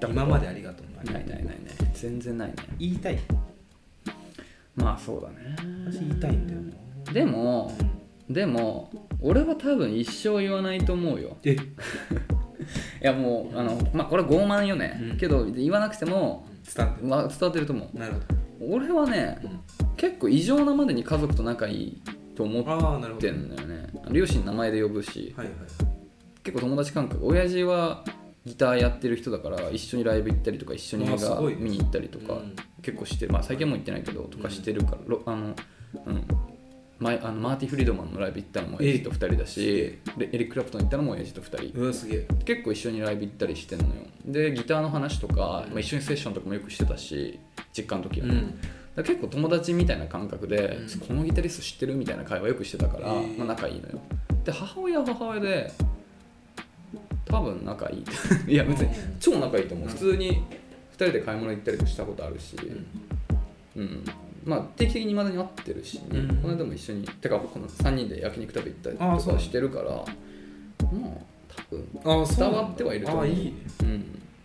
Speaker 2: だ
Speaker 1: 今までありがとうのあり
Speaker 2: ないないないない全然ないね
Speaker 1: 言いたい
Speaker 2: まあそうだね
Speaker 1: 私言いたいんだよな
Speaker 2: でもでも俺は多分一生言わないと思うよ
Speaker 1: え
Speaker 2: いやもうあのまあこれは傲慢よね、
Speaker 1: うん
Speaker 2: けど言わなくても
Speaker 1: 伝わってる
Speaker 2: わ伝わってると思う
Speaker 1: なるほど
Speaker 2: 俺はね結構異常なまでに家族と仲いいと思っ
Speaker 1: ああなるほ
Speaker 2: て
Speaker 1: ど
Speaker 2: んだよね両親名前で呼ぶし
Speaker 1: はいはい
Speaker 2: 結構友達感覚親父はギターやってる人だから一緒にライブ行ったりとか一緒に映
Speaker 1: あす
Speaker 2: 画
Speaker 1: ごい
Speaker 2: 見に行ったりと
Speaker 1: う
Speaker 2: か
Speaker 1: ん
Speaker 2: 結構してまあ最近はもう行ってないけどとかしてるからろあのうん前あのマーティ・フリードマンのライブ行ったのも親父と2人だしでエリック・クラプトン行ったのも親父と2人
Speaker 1: うわすげえ
Speaker 2: 結構一緒にライブ行ったりしてんのよでギターの話とか、まあ、一緒にセッションとかもよくしてたし実家の時は、
Speaker 1: うん
Speaker 2: だから結構友達みたいな感覚で、
Speaker 1: うん
Speaker 2: このギタリスト知ってるみたいな会話よくしてたから、
Speaker 1: へー
Speaker 2: まあ、仲いいのよで母親は母親で多分仲いいい や別に超仲いいと思う
Speaker 1: うん
Speaker 2: 普通に2人で買い物行ったりもしたことあるし、うんまあ定期的にまだに会ってるし、
Speaker 1: うん
Speaker 2: この間も一緒にてかこの3人で焼肉食べ行った
Speaker 1: あ
Speaker 2: り
Speaker 1: ー
Speaker 2: と
Speaker 1: そう
Speaker 2: かしてるからまあ多分
Speaker 1: ああ
Speaker 2: 伝わってはいると
Speaker 1: あ
Speaker 2: 思う
Speaker 1: あいいね
Speaker 2: うん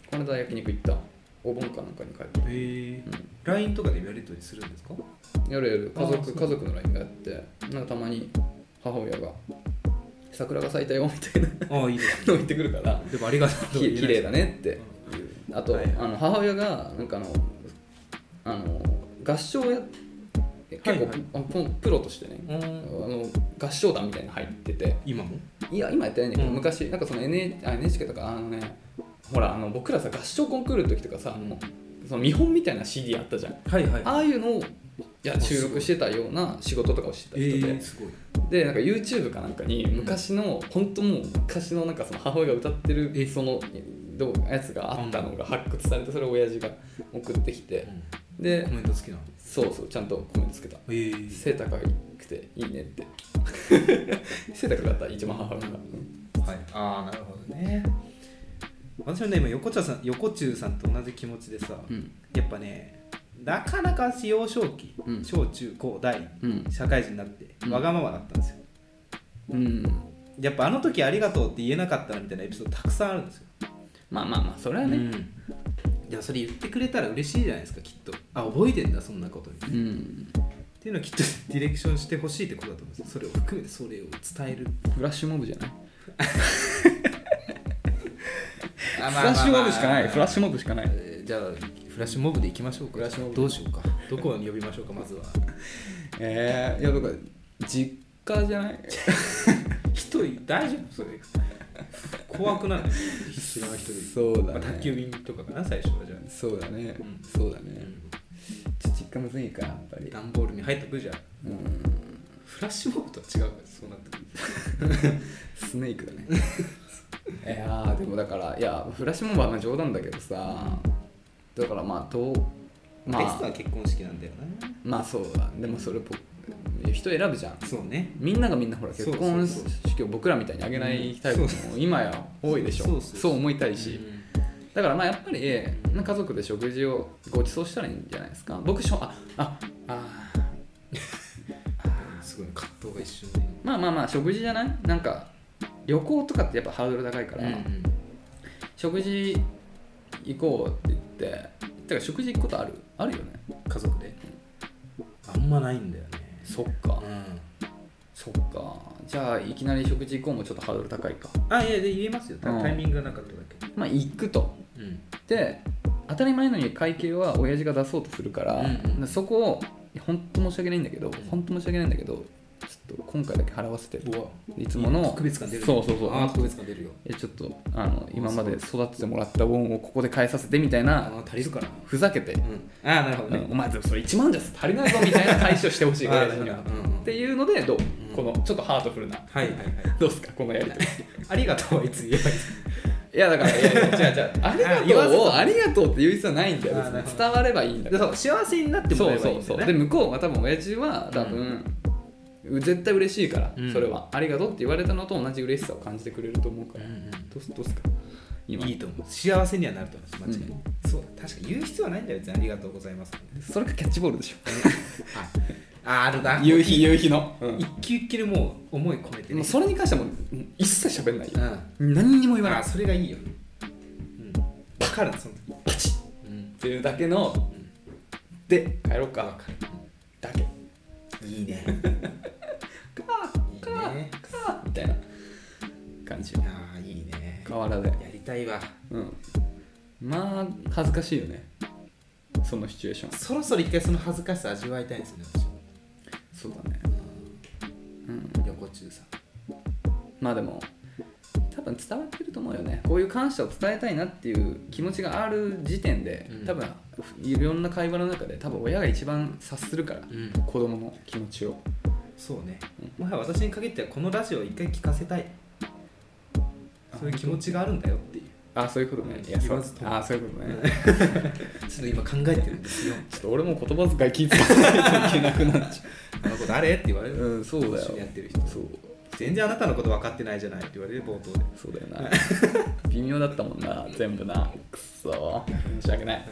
Speaker 2: この間焼肉行ったお盆かなんかに帰って
Speaker 1: へえ
Speaker 2: うん
Speaker 1: LINE とかでやり取りするんですか
Speaker 2: やるやる
Speaker 1: あ
Speaker 2: 家
Speaker 1: そ
Speaker 2: 族
Speaker 1: う
Speaker 2: 家族の LINE があってなんかたまに母親が「桜が咲いたよみたいな
Speaker 1: ああいいです
Speaker 2: のを言ってくるから
Speaker 1: でもありがとう
Speaker 2: き 綺麗だ
Speaker 1: ね
Speaker 2: ねってあと、
Speaker 1: はいはい
Speaker 2: あの母親がなんかあのあの合唱をや結構、
Speaker 1: はいはい
Speaker 2: あプロプロとしてね、
Speaker 1: うん
Speaker 2: あの合唱団みたいに入ってて
Speaker 1: 今も
Speaker 2: いや今やってないんだけど、
Speaker 1: うん
Speaker 2: 昔なんかその NH あ NHK とかあのねほらあの僕らさ合唱コンクールの時とかさ、
Speaker 1: うん
Speaker 2: その見本みたいな CD あったじゃん、
Speaker 1: はいはい
Speaker 2: ああいうのをいや
Speaker 1: あ
Speaker 2: 注目してたような仕事とかをしてた
Speaker 1: え
Speaker 2: 人で、
Speaker 1: ー、すごい
Speaker 2: でなんか YouTube かなんかに昔の、本当もう昔のなんかその母親が歌って
Speaker 1: え
Speaker 2: るそのどうやつがあったのが発掘されてそれを親父が送ってき
Speaker 1: う
Speaker 2: て
Speaker 1: ん
Speaker 2: で
Speaker 1: コメント好きなの
Speaker 2: そうそうちゃんとコメントつけた
Speaker 1: えー、
Speaker 2: 背高くていいねって 背高かった一番母親が
Speaker 1: はいああなるほどね私はね今横丁さん横中さんと同じ気持ちでさ、
Speaker 2: うん
Speaker 1: やっぱねなかなか幼少期、
Speaker 2: うん
Speaker 1: 小中高大
Speaker 2: うん
Speaker 1: 社会人になって、
Speaker 2: うん
Speaker 1: わがままだったんですよ
Speaker 2: うん
Speaker 1: やっぱあの時ありがとうって言えなかったなみたいなエピソードたくさんあるんですよ、
Speaker 2: まあまあまあそれはね
Speaker 1: でもそれ言ってくれたら嬉しいじゃないですかきっとあ覚えてんだそんなことにっ
Speaker 2: うん
Speaker 1: ていうのはきっとディレクションしてほしいってことだと思うんですよそれを含めてそれを伝える
Speaker 2: フラッシュモブじゃない
Speaker 1: フ
Speaker 2: フラッシュモブしかないフラッシュモブしかない
Speaker 1: じゃあフラッシュモブでいきましょうか
Speaker 2: フラッシュモブ
Speaker 1: どうしようかどこに呼びましょうかまずは
Speaker 2: えー、いや僕は実家じゃない
Speaker 1: 一人大丈夫それ怖く ない知らない人で
Speaker 2: そうだね
Speaker 1: まあ宅急便とかかな最初はじゃあ
Speaker 2: そうだね、
Speaker 1: うん
Speaker 2: そうだねちょ実家むずいかやっぱり
Speaker 1: 段ボールに入ってくるじゃん
Speaker 2: うん
Speaker 1: フラッシュモブとは違うからそうなってくる
Speaker 2: スネークだね いやーでもだからいやフラッシュモブはまあ冗談だけどさだからまあどうま
Speaker 1: ベストは
Speaker 2: あ
Speaker 1: 結婚式なんだよ
Speaker 2: まあそうだでもそれぽ人選ぶじゃん
Speaker 1: なそうね
Speaker 2: みんながみんなほら
Speaker 1: そうそ
Speaker 2: 結
Speaker 1: う
Speaker 2: 婚式を僕らみたいにあげないタイプも今や多いでしょ
Speaker 1: そうそうそう
Speaker 2: そう思いたいし
Speaker 1: うん
Speaker 2: だからまあやっぱりえーまあ家族で食事をご馳走したらいいんじゃないですか僕しょあああー
Speaker 1: すごい葛藤が一瞬で
Speaker 2: まあまあまあ食事じゃないなんか旅行とかってやっぱハードル高いから、食事行こうって言っててか食事行くことあるあるよね
Speaker 1: 家族であんまないんだよね
Speaker 2: そっか
Speaker 1: うん
Speaker 2: そっかじゃあいきなり食事行こうもちょっとハードル高いか
Speaker 1: あいやで言えますよた
Speaker 2: うん
Speaker 1: タイミングがなかっただけ
Speaker 2: まあ行くと
Speaker 1: うん
Speaker 2: で当たり前のように会計は親父が出そうとするから、
Speaker 1: うんうん
Speaker 2: そこを本当申し訳ないんだけど
Speaker 1: ん
Speaker 2: 本当申し訳ないんだけどちょっと今回だけ払わせて
Speaker 1: うわ
Speaker 2: いつもの
Speaker 1: 特別感出る
Speaker 2: そうそうそう
Speaker 1: あー特別感出るよ
Speaker 2: えちょっとあの今まで育ててもらった恩をここで返させてみたい
Speaker 1: あ
Speaker 2: な
Speaker 1: ー足りるかな
Speaker 2: ふざけて、
Speaker 1: うんああなるほど
Speaker 2: う
Speaker 1: ね
Speaker 2: んお前でもそれ1万じゃ足りないぞみたいな対処してほしい
Speaker 1: あー
Speaker 2: 親父には
Speaker 1: なるほどうんうん
Speaker 2: っていうのでどう、
Speaker 1: ん
Speaker 2: このちょっとハートフルな
Speaker 1: はいはいはい
Speaker 2: どうですかこのやりとり
Speaker 1: ありがとうはいつ言えばいいです
Speaker 2: いやだからいやいやじゃあじゃああり
Speaker 1: あ言わ
Speaker 2: が
Speaker 1: ず
Speaker 2: とう
Speaker 1: と
Speaker 2: をありがとうって言う必要はないんだよ
Speaker 1: あーなる
Speaker 2: 別
Speaker 1: ほ
Speaker 2: に
Speaker 1: ど
Speaker 2: 伝わればいいんだ
Speaker 1: かで
Speaker 2: から
Speaker 1: そう幸せになっても
Speaker 2: そ
Speaker 1: らえ
Speaker 2: う
Speaker 1: ばい
Speaker 2: そ
Speaker 1: いん
Speaker 2: う
Speaker 1: だ
Speaker 2: そう
Speaker 1: よ
Speaker 2: で
Speaker 1: ね
Speaker 2: 向こうは多分親父は多分、絶対嬉しいから、
Speaker 1: うん
Speaker 2: それはありがとうって言われたのと同じ嬉しさを感じてくれると思うか
Speaker 1: うん
Speaker 2: ら、
Speaker 1: うん
Speaker 2: どうすどうすか今
Speaker 1: いいと思う幸せにはなると思います間違いない、そう確かに言う必要はないんだよ別にありがとうございます
Speaker 2: それかキャッチボール でしょ
Speaker 1: ああるな
Speaker 2: 夕日夕日の、うん
Speaker 1: 一球一球でもう思い込めて
Speaker 2: も
Speaker 1: ね
Speaker 2: うそれに関してはもううん一切喋んないよ
Speaker 1: うん、あ
Speaker 2: 何にも言わない
Speaker 1: あそれがいいよ、うん、分かるその時、
Speaker 2: パチッっ
Speaker 1: うん、
Speaker 2: ていうだけので帰ろうかだけ
Speaker 1: いいね
Speaker 2: か
Speaker 1: いい
Speaker 2: か
Speaker 1: ね
Speaker 2: かみたいな感じ
Speaker 1: ああいいね
Speaker 2: 河原で
Speaker 1: やりたいわ
Speaker 2: うんまあ恥ずかしいよねそのシチュエーション
Speaker 1: そろそろ一回その恥ずかしさ味わいたいんですよね私も
Speaker 2: そうだねうん
Speaker 1: 横中さん
Speaker 2: まあでも多分伝わってると思うよねこういう感謝を伝えたいなっていう気持ちがある時点で、
Speaker 1: うん
Speaker 2: 多分いろんな会話の中で多分親が一番察するから、
Speaker 1: うん
Speaker 2: 子供の気持ちを
Speaker 1: そうね、もはや私に限ってはこのラジオを一回聞かせたいそういう気持ちがあるんだよっていう
Speaker 2: あそういうことね。いや、
Speaker 1: 言
Speaker 2: そ
Speaker 1: わ
Speaker 2: う
Speaker 1: ずとも
Speaker 2: あそういうことね。
Speaker 1: ちょっと今考えてるんですよ
Speaker 2: ちょっと俺も言葉遣い気ぃつけないといけなくなっちゃ
Speaker 1: あの子誰って言われ
Speaker 2: う。
Speaker 1: る、
Speaker 2: うん、そうだよ
Speaker 1: 一緒にやってる人。
Speaker 2: そう、
Speaker 1: 全然あなたのこと分かってないじゃないって言われる冒頭で
Speaker 2: そうだよな。微妙だったもんな、全部な。くそ申し訳ない。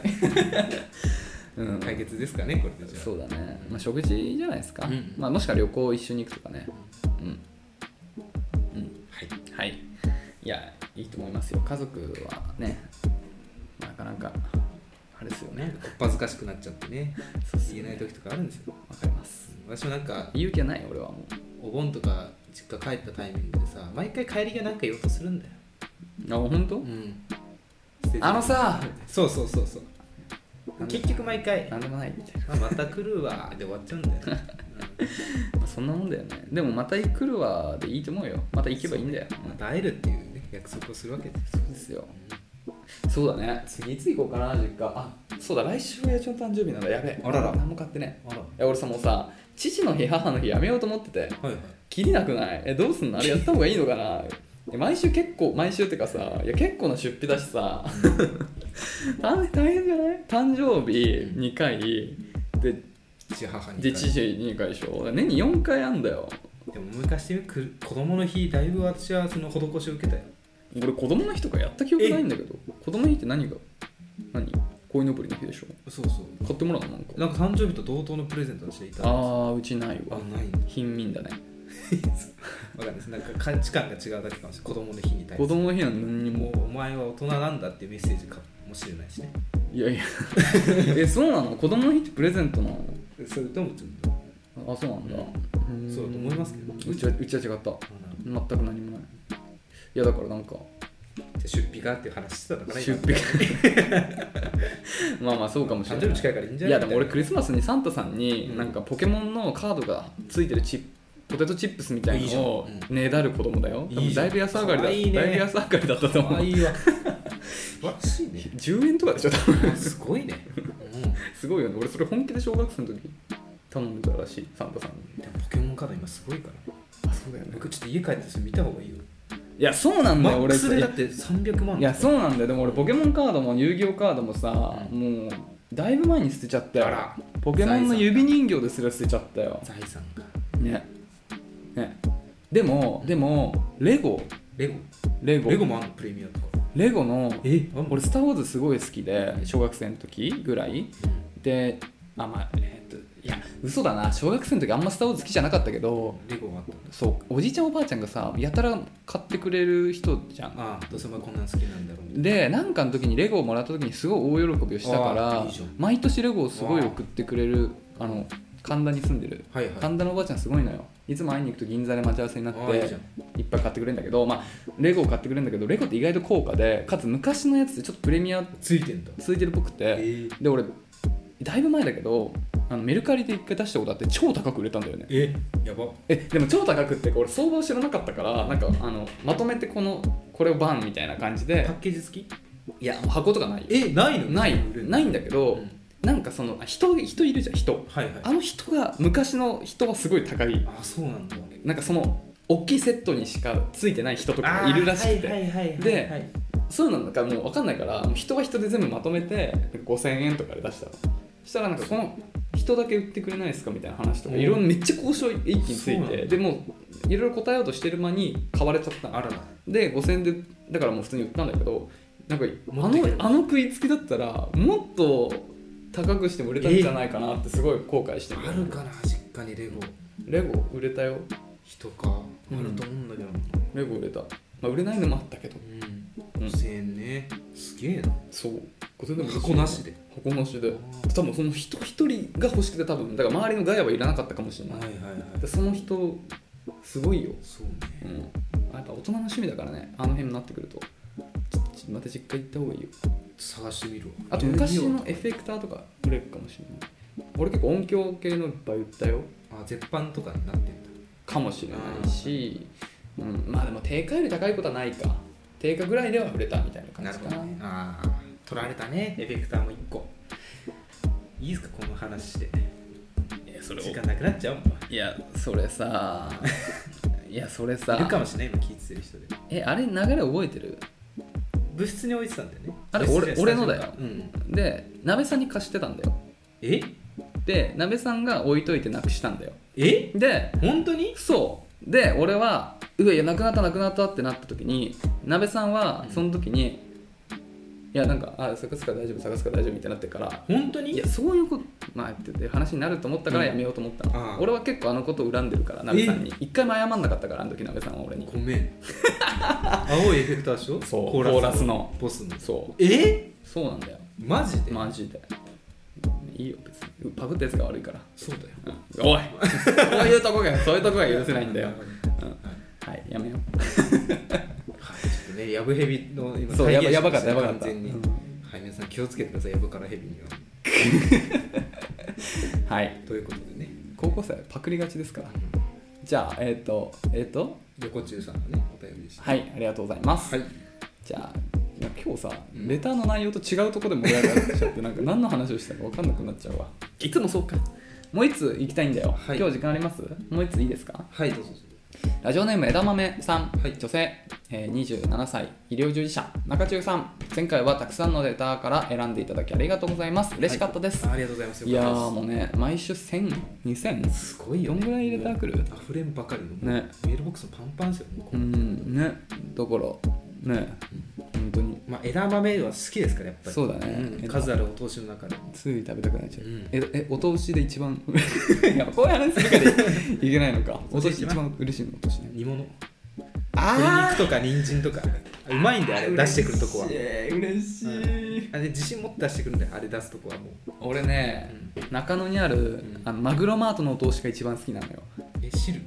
Speaker 2: うん、
Speaker 1: 解決ですかねこれでじゃあ
Speaker 2: そうだね。まあ、食事じゃないですか。
Speaker 1: うん
Speaker 2: まあ、もしくは旅行一緒に行くとかね。うん。うん。
Speaker 1: はい
Speaker 2: はい。いや、いいと思いますよ。家族はね、なかなか、あれですよね
Speaker 1: ね。、こっぱずかしくなっちゃってね
Speaker 2: そうっすね
Speaker 1: 言えない時とかあるんですよ
Speaker 2: わかります。
Speaker 1: 私もなんか
Speaker 2: 勇気はない、俺はもう。
Speaker 1: お盆とか実家帰ったタイミングでさ毎回帰りがなんか言おうとするんだよ、
Speaker 2: あ本当
Speaker 1: ん、
Speaker 2: あのさ
Speaker 1: そうそうそうそう結局毎回
Speaker 2: なんでもないみたいな
Speaker 1: あまた来るわで終わっちゃうんだよね、
Speaker 2: まあそんなもんだよねでもまた来るわでいいと思うよまた行けばいいんだよ
Speaker 1: うんまた会えるっていうね約束をするわけですよ
Speaker 2: そうですよそうだね次いつ行こうかな実家あそうだ来週親父の誕生日なんだやべえ
Speaker 1: あらら
Speaker 2: 何も買ってね
Speaker 1: あら
Speaker 2: え俺さもうさ父の日母の日やめようと思ってて
Speaker 1: はいはい
Speaker 2: 切りなくないえどうすんのあれやった方がいいのかなえ毎週結構毎週ってかさいや結構な出費だしさ 大変大変じゃない誕生日2回で
Speaker 1: 父母に
Speaker 2: で父2回でしょ年に4回あんだよ
Speaker 1: でも昔してみくる子供の日だいぶ私はその施しを受けたよ
Speaker 2: 俺子供の日とかやった記憶ないんだけど子供の日って何が何鯉のぼりの日でしょ
Speaker 1: そうそう
Speaker 2: 買ってもらうのなんか
Speaker 1: なんか誕生日と同等のプレゼントをしていただいて
Speaker 2: ああうちないわ
Speaker 1: あないんだ
Speaker 2: 貧民だね
Speaker 1: わかんないですなんか価値観が違うだけかもしれない子供の日に対
Speaker 2: 子
Speaker 1: して
Speaker 2: 供の日は何に
Speaker 1: も
Speaker 2: も
Speaker 1: うお前は大人なんだっていうメッセージかもしれないしね
Speaker 2: い やいやえそうなの子供の日ってプレゼントなの
Speaker 1: それともちょっ
Speaker 2: あそうなんだん
Speaker 1: そうだと思いますけど
Speaker 2: うちはうちは違った全く何もないいやだからなんか
Speaker 1: と出費がっていう話してたのから
Speaker 2: 出費が まあまあそうかもしれ
Speaker 1: 誕
Speaker 2: ない
Speaker 1: 生日近いからいいんじゃ
Speaker 2: い
Speaker 1: ない
Speaker 2: やでも俺クリスマスにサンタさん
Speaker 1: う
Speaker 2: に
Speaker 1: ん
Speaker 2: なんかポケモンのカードがついてるチップポテトチップスみたいなのを
Speaker 1: いいじゃん
Speaker 2: ねだる子供だよ。多
Speaker 1: いい
Speaker 2: 分
Speaker 1: じゃん
Speaker 2: だいぶ安上がりだ
Speaker 1: かわいいね
Speaker 2: だいぶ安上がりだったと
Speaker 1: か
Speaker 2: 思
Speaker 1: わ
Speaker 2: う。
Speaker 1: いいわ素晴らしいね
Speaker 2: 10円とかでしょ、多 分
Speaker 1: すごいね、う
Speaker 2: すごいよね。俺それ本気で小学生の時頼んでたらしい、サンタさんに。
Speaker 1: ん、でもポケモンカード今すごいから
Speaker 2: あ、そうだよね。
Speaker 1: 僕ちょっと家帰ってそれ見た方がいいよ
Speaker 2: いや、そうなん
Speaker 1: マ
Speaker 2: だよ、
Speaker 1: ッ
Speaker 2: 俺
Speaker 1: クスでだって300万
Speaker 2: いやそうなんだよでも俺ポケモンカードも遊戯王カードもさ、
Speaker 1: う
Speaker 2: もうだいぶ前に捨てちゃったよ
Speaker 1: あら
Speaker 2: ポケモンの指人形ですら捨てちゃったよ
Speaker 1: 財産が
Speaker 2: ねねでもでもレゴ
Speaker 1: レゴ
Speaker 2: レゴ
Speaker 1: レゴもあんのプレミアとか
Speaker 2: レゴの
Speaker 1: えあんの
Speaker 2: 俺「スター・ウォーズ」すごい好きで小学生の時ぐらいであまあえーっといや嘘だな小学生の時あんま「スター・ウォーズ」好きじゃなかったけど
Speaker 1: レゴもあったんだ
Speaker 2: そうおじいちゃんおばあちゃんがさやたら買ってくれる人じゃん
Speaker 1: ああどうせお前こんなん好きなんだろうみたいな
Speaker 2: でなんかの時にレゴをもらった時にすごい大喜びをしたか
Speaker 1: あ
Speaker 2: ら
Speaker 1: ーいいじゃん
Speaker 2: 毎年レゴをすごい送ってくれるあの神田に住んでる
Speaker 1: はいはい
Speaker 2: 神田のおばあちゃんすごいのよいつも会いに行くと銀座で待ち合わせになっ
Speaker 1: あーいいじ
Speaker 2: て
Speaker 1: ゃん
Speaker 2: いっぱい買ってくれるんだけど、まあ、レゴを買ってくれるんだけどレゴって意外と高価でかつ昔のやつでちょっとプレミア
Speaker 1: ついてんだ
Speaker 2: ついてるっぽくて
Speaker 1: えー
Speaker 2: で俺だいぶ前だけどあのメルカリで一回出したことあって超高く売れたんだよね
Speaker 1: えやば
Speaker 2: えでも超高くって俺相場を知らなかったからなんかあのまとめてこのこれをバンみたいな感じで
Speaker 1: パッケージ好き
Speaker 2: いやもう箱とかないよ
Speaker 1: えないの
Speaker 2: ないないいんだけど、なんかそのあ人人いるじゃん人
Speaker 1: はいはい
Speaker 2: あの人が昔の人はすごい高い
Speaker 1: あそうなんだ
Speaker 2: なんかその大きいセットにしかついてない人とかがいるらしくて、
Speaker 1: あーはいはいはいはい
Speaker 2: で
Speaker 1: はい
Speaker 2: そういうのなんかもう分かんないからもう人は人で全部まとめてなんか5000円とかで出したのそしたらなんかこの人だけ売ってくれないですかみたいな話とか
Speaker 1: うん
Speaker 2: いろんなめっちゃ交渉一気につ
Speaker 1: そう
Speaker 2: い
Speaker 1: なんだ
Speaker 2: てでもういろいろ答えようとしてる間に買われちゃったの
Speaker 1: あらら
Speaker 2: で5000円でだからもう普通に売ったんだけどなんかあ
Speaker 1: 持ってくれ
Speaker 2: のあの食いつきだったらもっと高くしても売れたんじゃないかなってすごい後悔してる
Speaker 1: あるかな実家にレゴ
Speaker 2: レゴ売れたよ
Speaker 1: 人かあると思うんだけど
Speaker 2: レゴ売れた、まあ、売れないのもあったけど
Speaker 1: うん5000円ねすげえな
Speaker 2: そう5000でも
Speaker 1: 箱なしで
Speaker 2: 箱なしで多分その人一人が欲しくて多分だから周りのガヤはいらなかったかもしれな
Speaker 1: はいいはいはい
Speaker 2: でその人すごいよ、
Speaker 1: そうね
Speaker 2: うん、やっぱ大人の趣味だからねあの辺になってくるとちょちょまた実家行った方がいいよ
Speaker 1: 探してみるわ
Speaker 2: あと昔のエフェクターとか売れるかもしれない俺結構音響系のいっぱい売ったよ
Speaker 1: あ絶版とかになってんだ
Speaker 2: かもしれないし、うん、まあでも定価より高いことはないか定価ぐらいでは売れたみたいな感じかな
Speaker 1: ああ取られたねエフェクターも1個いいですかこの話して
Speaker 2: いやそれを
Speaker 1: 時間なくなっちゃうもん
Speaker 2: いやそれさ いやそれ
Speaker 1: いるか
Speaker 2: さ
Speaker 1: もしれない今聞いてる人で
Speaker 2: えあれ流れ覚えてる
Speaker 1: 部室に置いてたんだよね
Speaker 2: あれ
Speaker 1: 部室じゃない
Speaker 2: 俺俺のだよ
Speaker 1: スタジオかうん
Speaker 2: で鍋さんに貸してたんだよ
Speaker 1: え
Speaker 2: で鍋さんが置いといてなくしたんだよ
Speaker 1: え
Speaker 2: で
Speaker 1: 本当に
Speaker 2: そうで俺は「うわいやなくなったなくなった」ってなった時に鍋さんはその時に「いやなんかあ探すから大丈夫探すから大丈夫」みたいになってから
Speaker 1: 本当
Speaker 2: い
Speaker 1: に
Speaker 2: やそういうことまあって話になると思ったからやめようと思った
Speaker 1: うんあ
Speaker 2: の、
Speaker 1: あ
Speaker 2: 俺は結構あのことを恨んでるから鍋さんに一回も謝んなかったからあの時鍋さんは俺に
Speaker 1: ごめん 青いエフェクターでしょ
Speaker 2: そう
Speaker 1: コーラス
Speaker 2: コーラスの
Speaker 1: ボスの
Speaker 2: そう
Speaker 1: え
Speaker 2: そうなんだよ
Speaker 1: マジで、
Speaker 2: マジでいいよ別にパクったやつが悪いから
Speaker 1: そうだよ
Speaker 2: うんおいそういうとこがそういうとこが許せないんだよ、うんやめよ
Speaker 1: はい、ちょっとね、ヤブヘビの
Speaker 2: う
Speaker 1: 今、
Speaker 2: そうやば
Speaker 1: 体現
Speaker 2: やば
Speaker 1: しま
Speaker 2: かっ
Speaker 1: したね
Speaker 2: やばかった、
Speaker 1: 完全に。
Speaker 2: うん
Speaker 1: はい、皆さん気をつけてください、ヤブからヘビには。
Speaker 2: はい
Speaker 1: ということでね、
Speaker 2: 高校生はパクリがちですからじゃあえっ、とえっ、と
Speaker 1: 横中さんのね、お便りでした。
Speaker 2: はいありがとうございます、
Speaker 1: はい。
Speaker 2: じゃあなんか今日さ
Speaker 1: うん
Speaker 2: レターの内容と違うとこで盛り上がっちゃってなんか何の話をしたか分かんなくなっちゃうわ
Speaker 1: いつもそうか。
Speaker 2: もう一つ行きたいんだよ、
Speaker 1: はい
Speaker 2: 今日時間ありますもう一ついいですか
Speaker 1: はい、どうぞ。
Speaker 2: ラジオネーム枝豆さん、
Speaker 1: はい
Speaker 2: 女性、えー27歳医療従事者中中さん前回はたくさんのレターから選んでいただきありがとうございます嬉しかったです、
Speaker 1: はいありがとうございます。
Speaker 2: い、や
Speaker 1: よかっ
Speaker 2: ー
Speaker 1: た
Speaker 2: もうね毎週1000 2000
Speaker 1: ですすごいよ、ね。
Speaker 2: どんぐらいレター来る
Speaker 1: もう溢れんばかりの、
Speaker 2: ね
Speaker 1: メールボックスもパンパンですよ、もうこ
Speaker 2: う
Speaker 1: の
Speaker 2: んねだからね本当に
Speaker 1: まあ、枝豆は好きですから、やっぱり。
Speaker 2: そうだね
Speaker 1: ん数あるお通しの中で。
Speaker 2: つい食べたくなっちゃう、
Speaker 1: うん
Speaker 2: ええお通しで一番 いやこういう話するから いけないのかお通し一番嬉しいのお通しね
Speaker 1: 煮物。鶏
Speaker 2: あ
Speaker 1: 肉とか人参とか。うまいんだよ、あれ、出してくるとこは。
Speaker 2: 嬉しい、
Speaker 1: あれ、自信持って出してくるんだよ、あれ出すとこはもう。
Speaker 2: 俺ね、中野にある、
Speaker 1: ん
Speaker 2: あのマグロマートのお通しが一番好きなのよ
Speaker 1: え、汁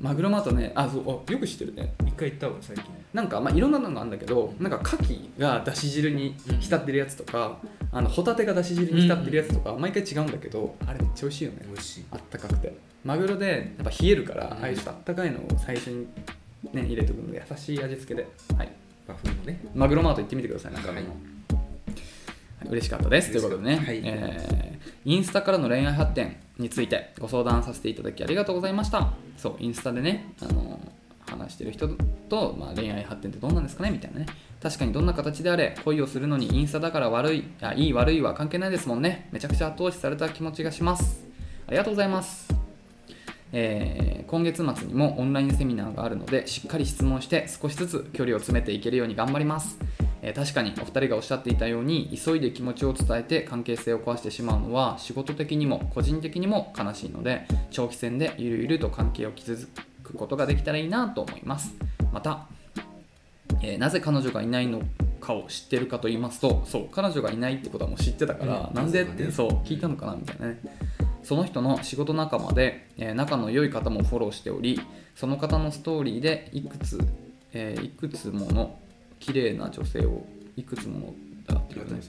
Speaker 2: マグロマートねあそうあよく知ってるね
Speaker 1: 一回行ったわ、最近。
Speaker 2: なんか、まあ、いろんなのがあるんだけどなんか牡蠣がだし汁に浸ってるやつとか、あのホタテがだし汁に浸ってるやつとか、毎回違うんだけどあれめっちゃ美味しいよね
Speaker 1: 美味しい。
Speaker 2: あったかくてマグロでやっぱ冷えるから、
Speaker 1: うん
Speaker 2: ああいうちょっとあったかいのを最初に、ね、入れておくので優しい味付けで、はい、
Speaker 1: バフのね。
Speaker 2: マグロマート行ってみてください中野の、
Speaker 1: はい
Speaker 2: はい嬉しかったですとい
Speaker 1: 嬉
Speaker 2: う
Speaker 1: し
Speaker 2: こ
Speaker 1: かっ
Speaker 2: と
Speaker 1: た
Speaker 2: でね、
Speaker 1: はい
Speaker 2: えーインスタからの恋愛発展についてご相談させていただきありがとうございましたそうインスタでね、あのー話してる人と、まあ、恋愛発展ってどうなんですかねみたいなね確かにどんな形であれ恋をするのにインスタだから悪いあいい悪いは関係ないですもんねめちゃくちゃ後押しされた気持ちがしますありがとうございますえー今月末にもオンラインセミナーがあるのでしっかり質問して少しずつ距離を詰めていけるように頑張ります、えー確かにお二人がおっしゃっていたように急いで気持ちを伝えて関係性を壊してしまうのは仕事的にも個人的にも悲しいので長期戦でゆるゆると関係を築くことができたらいいなと思いますまたえーなぜ彼女がいないのかを知ってるかと言いますとそう彼女がいないってことはもう知ってたから、
Speaker 1: うん
Speaker 2: なんでっ
Speaker 1: そうだ
Speaker 2: て
Speaker 1: ね
Speaker 2: そう聞いたのかなみたいなねその人の仕事仲間で、えー仲の良い方もフォローしておりその方のストーリーでいくつ、えーいくつもの綺麗な女性をいくつものだってことね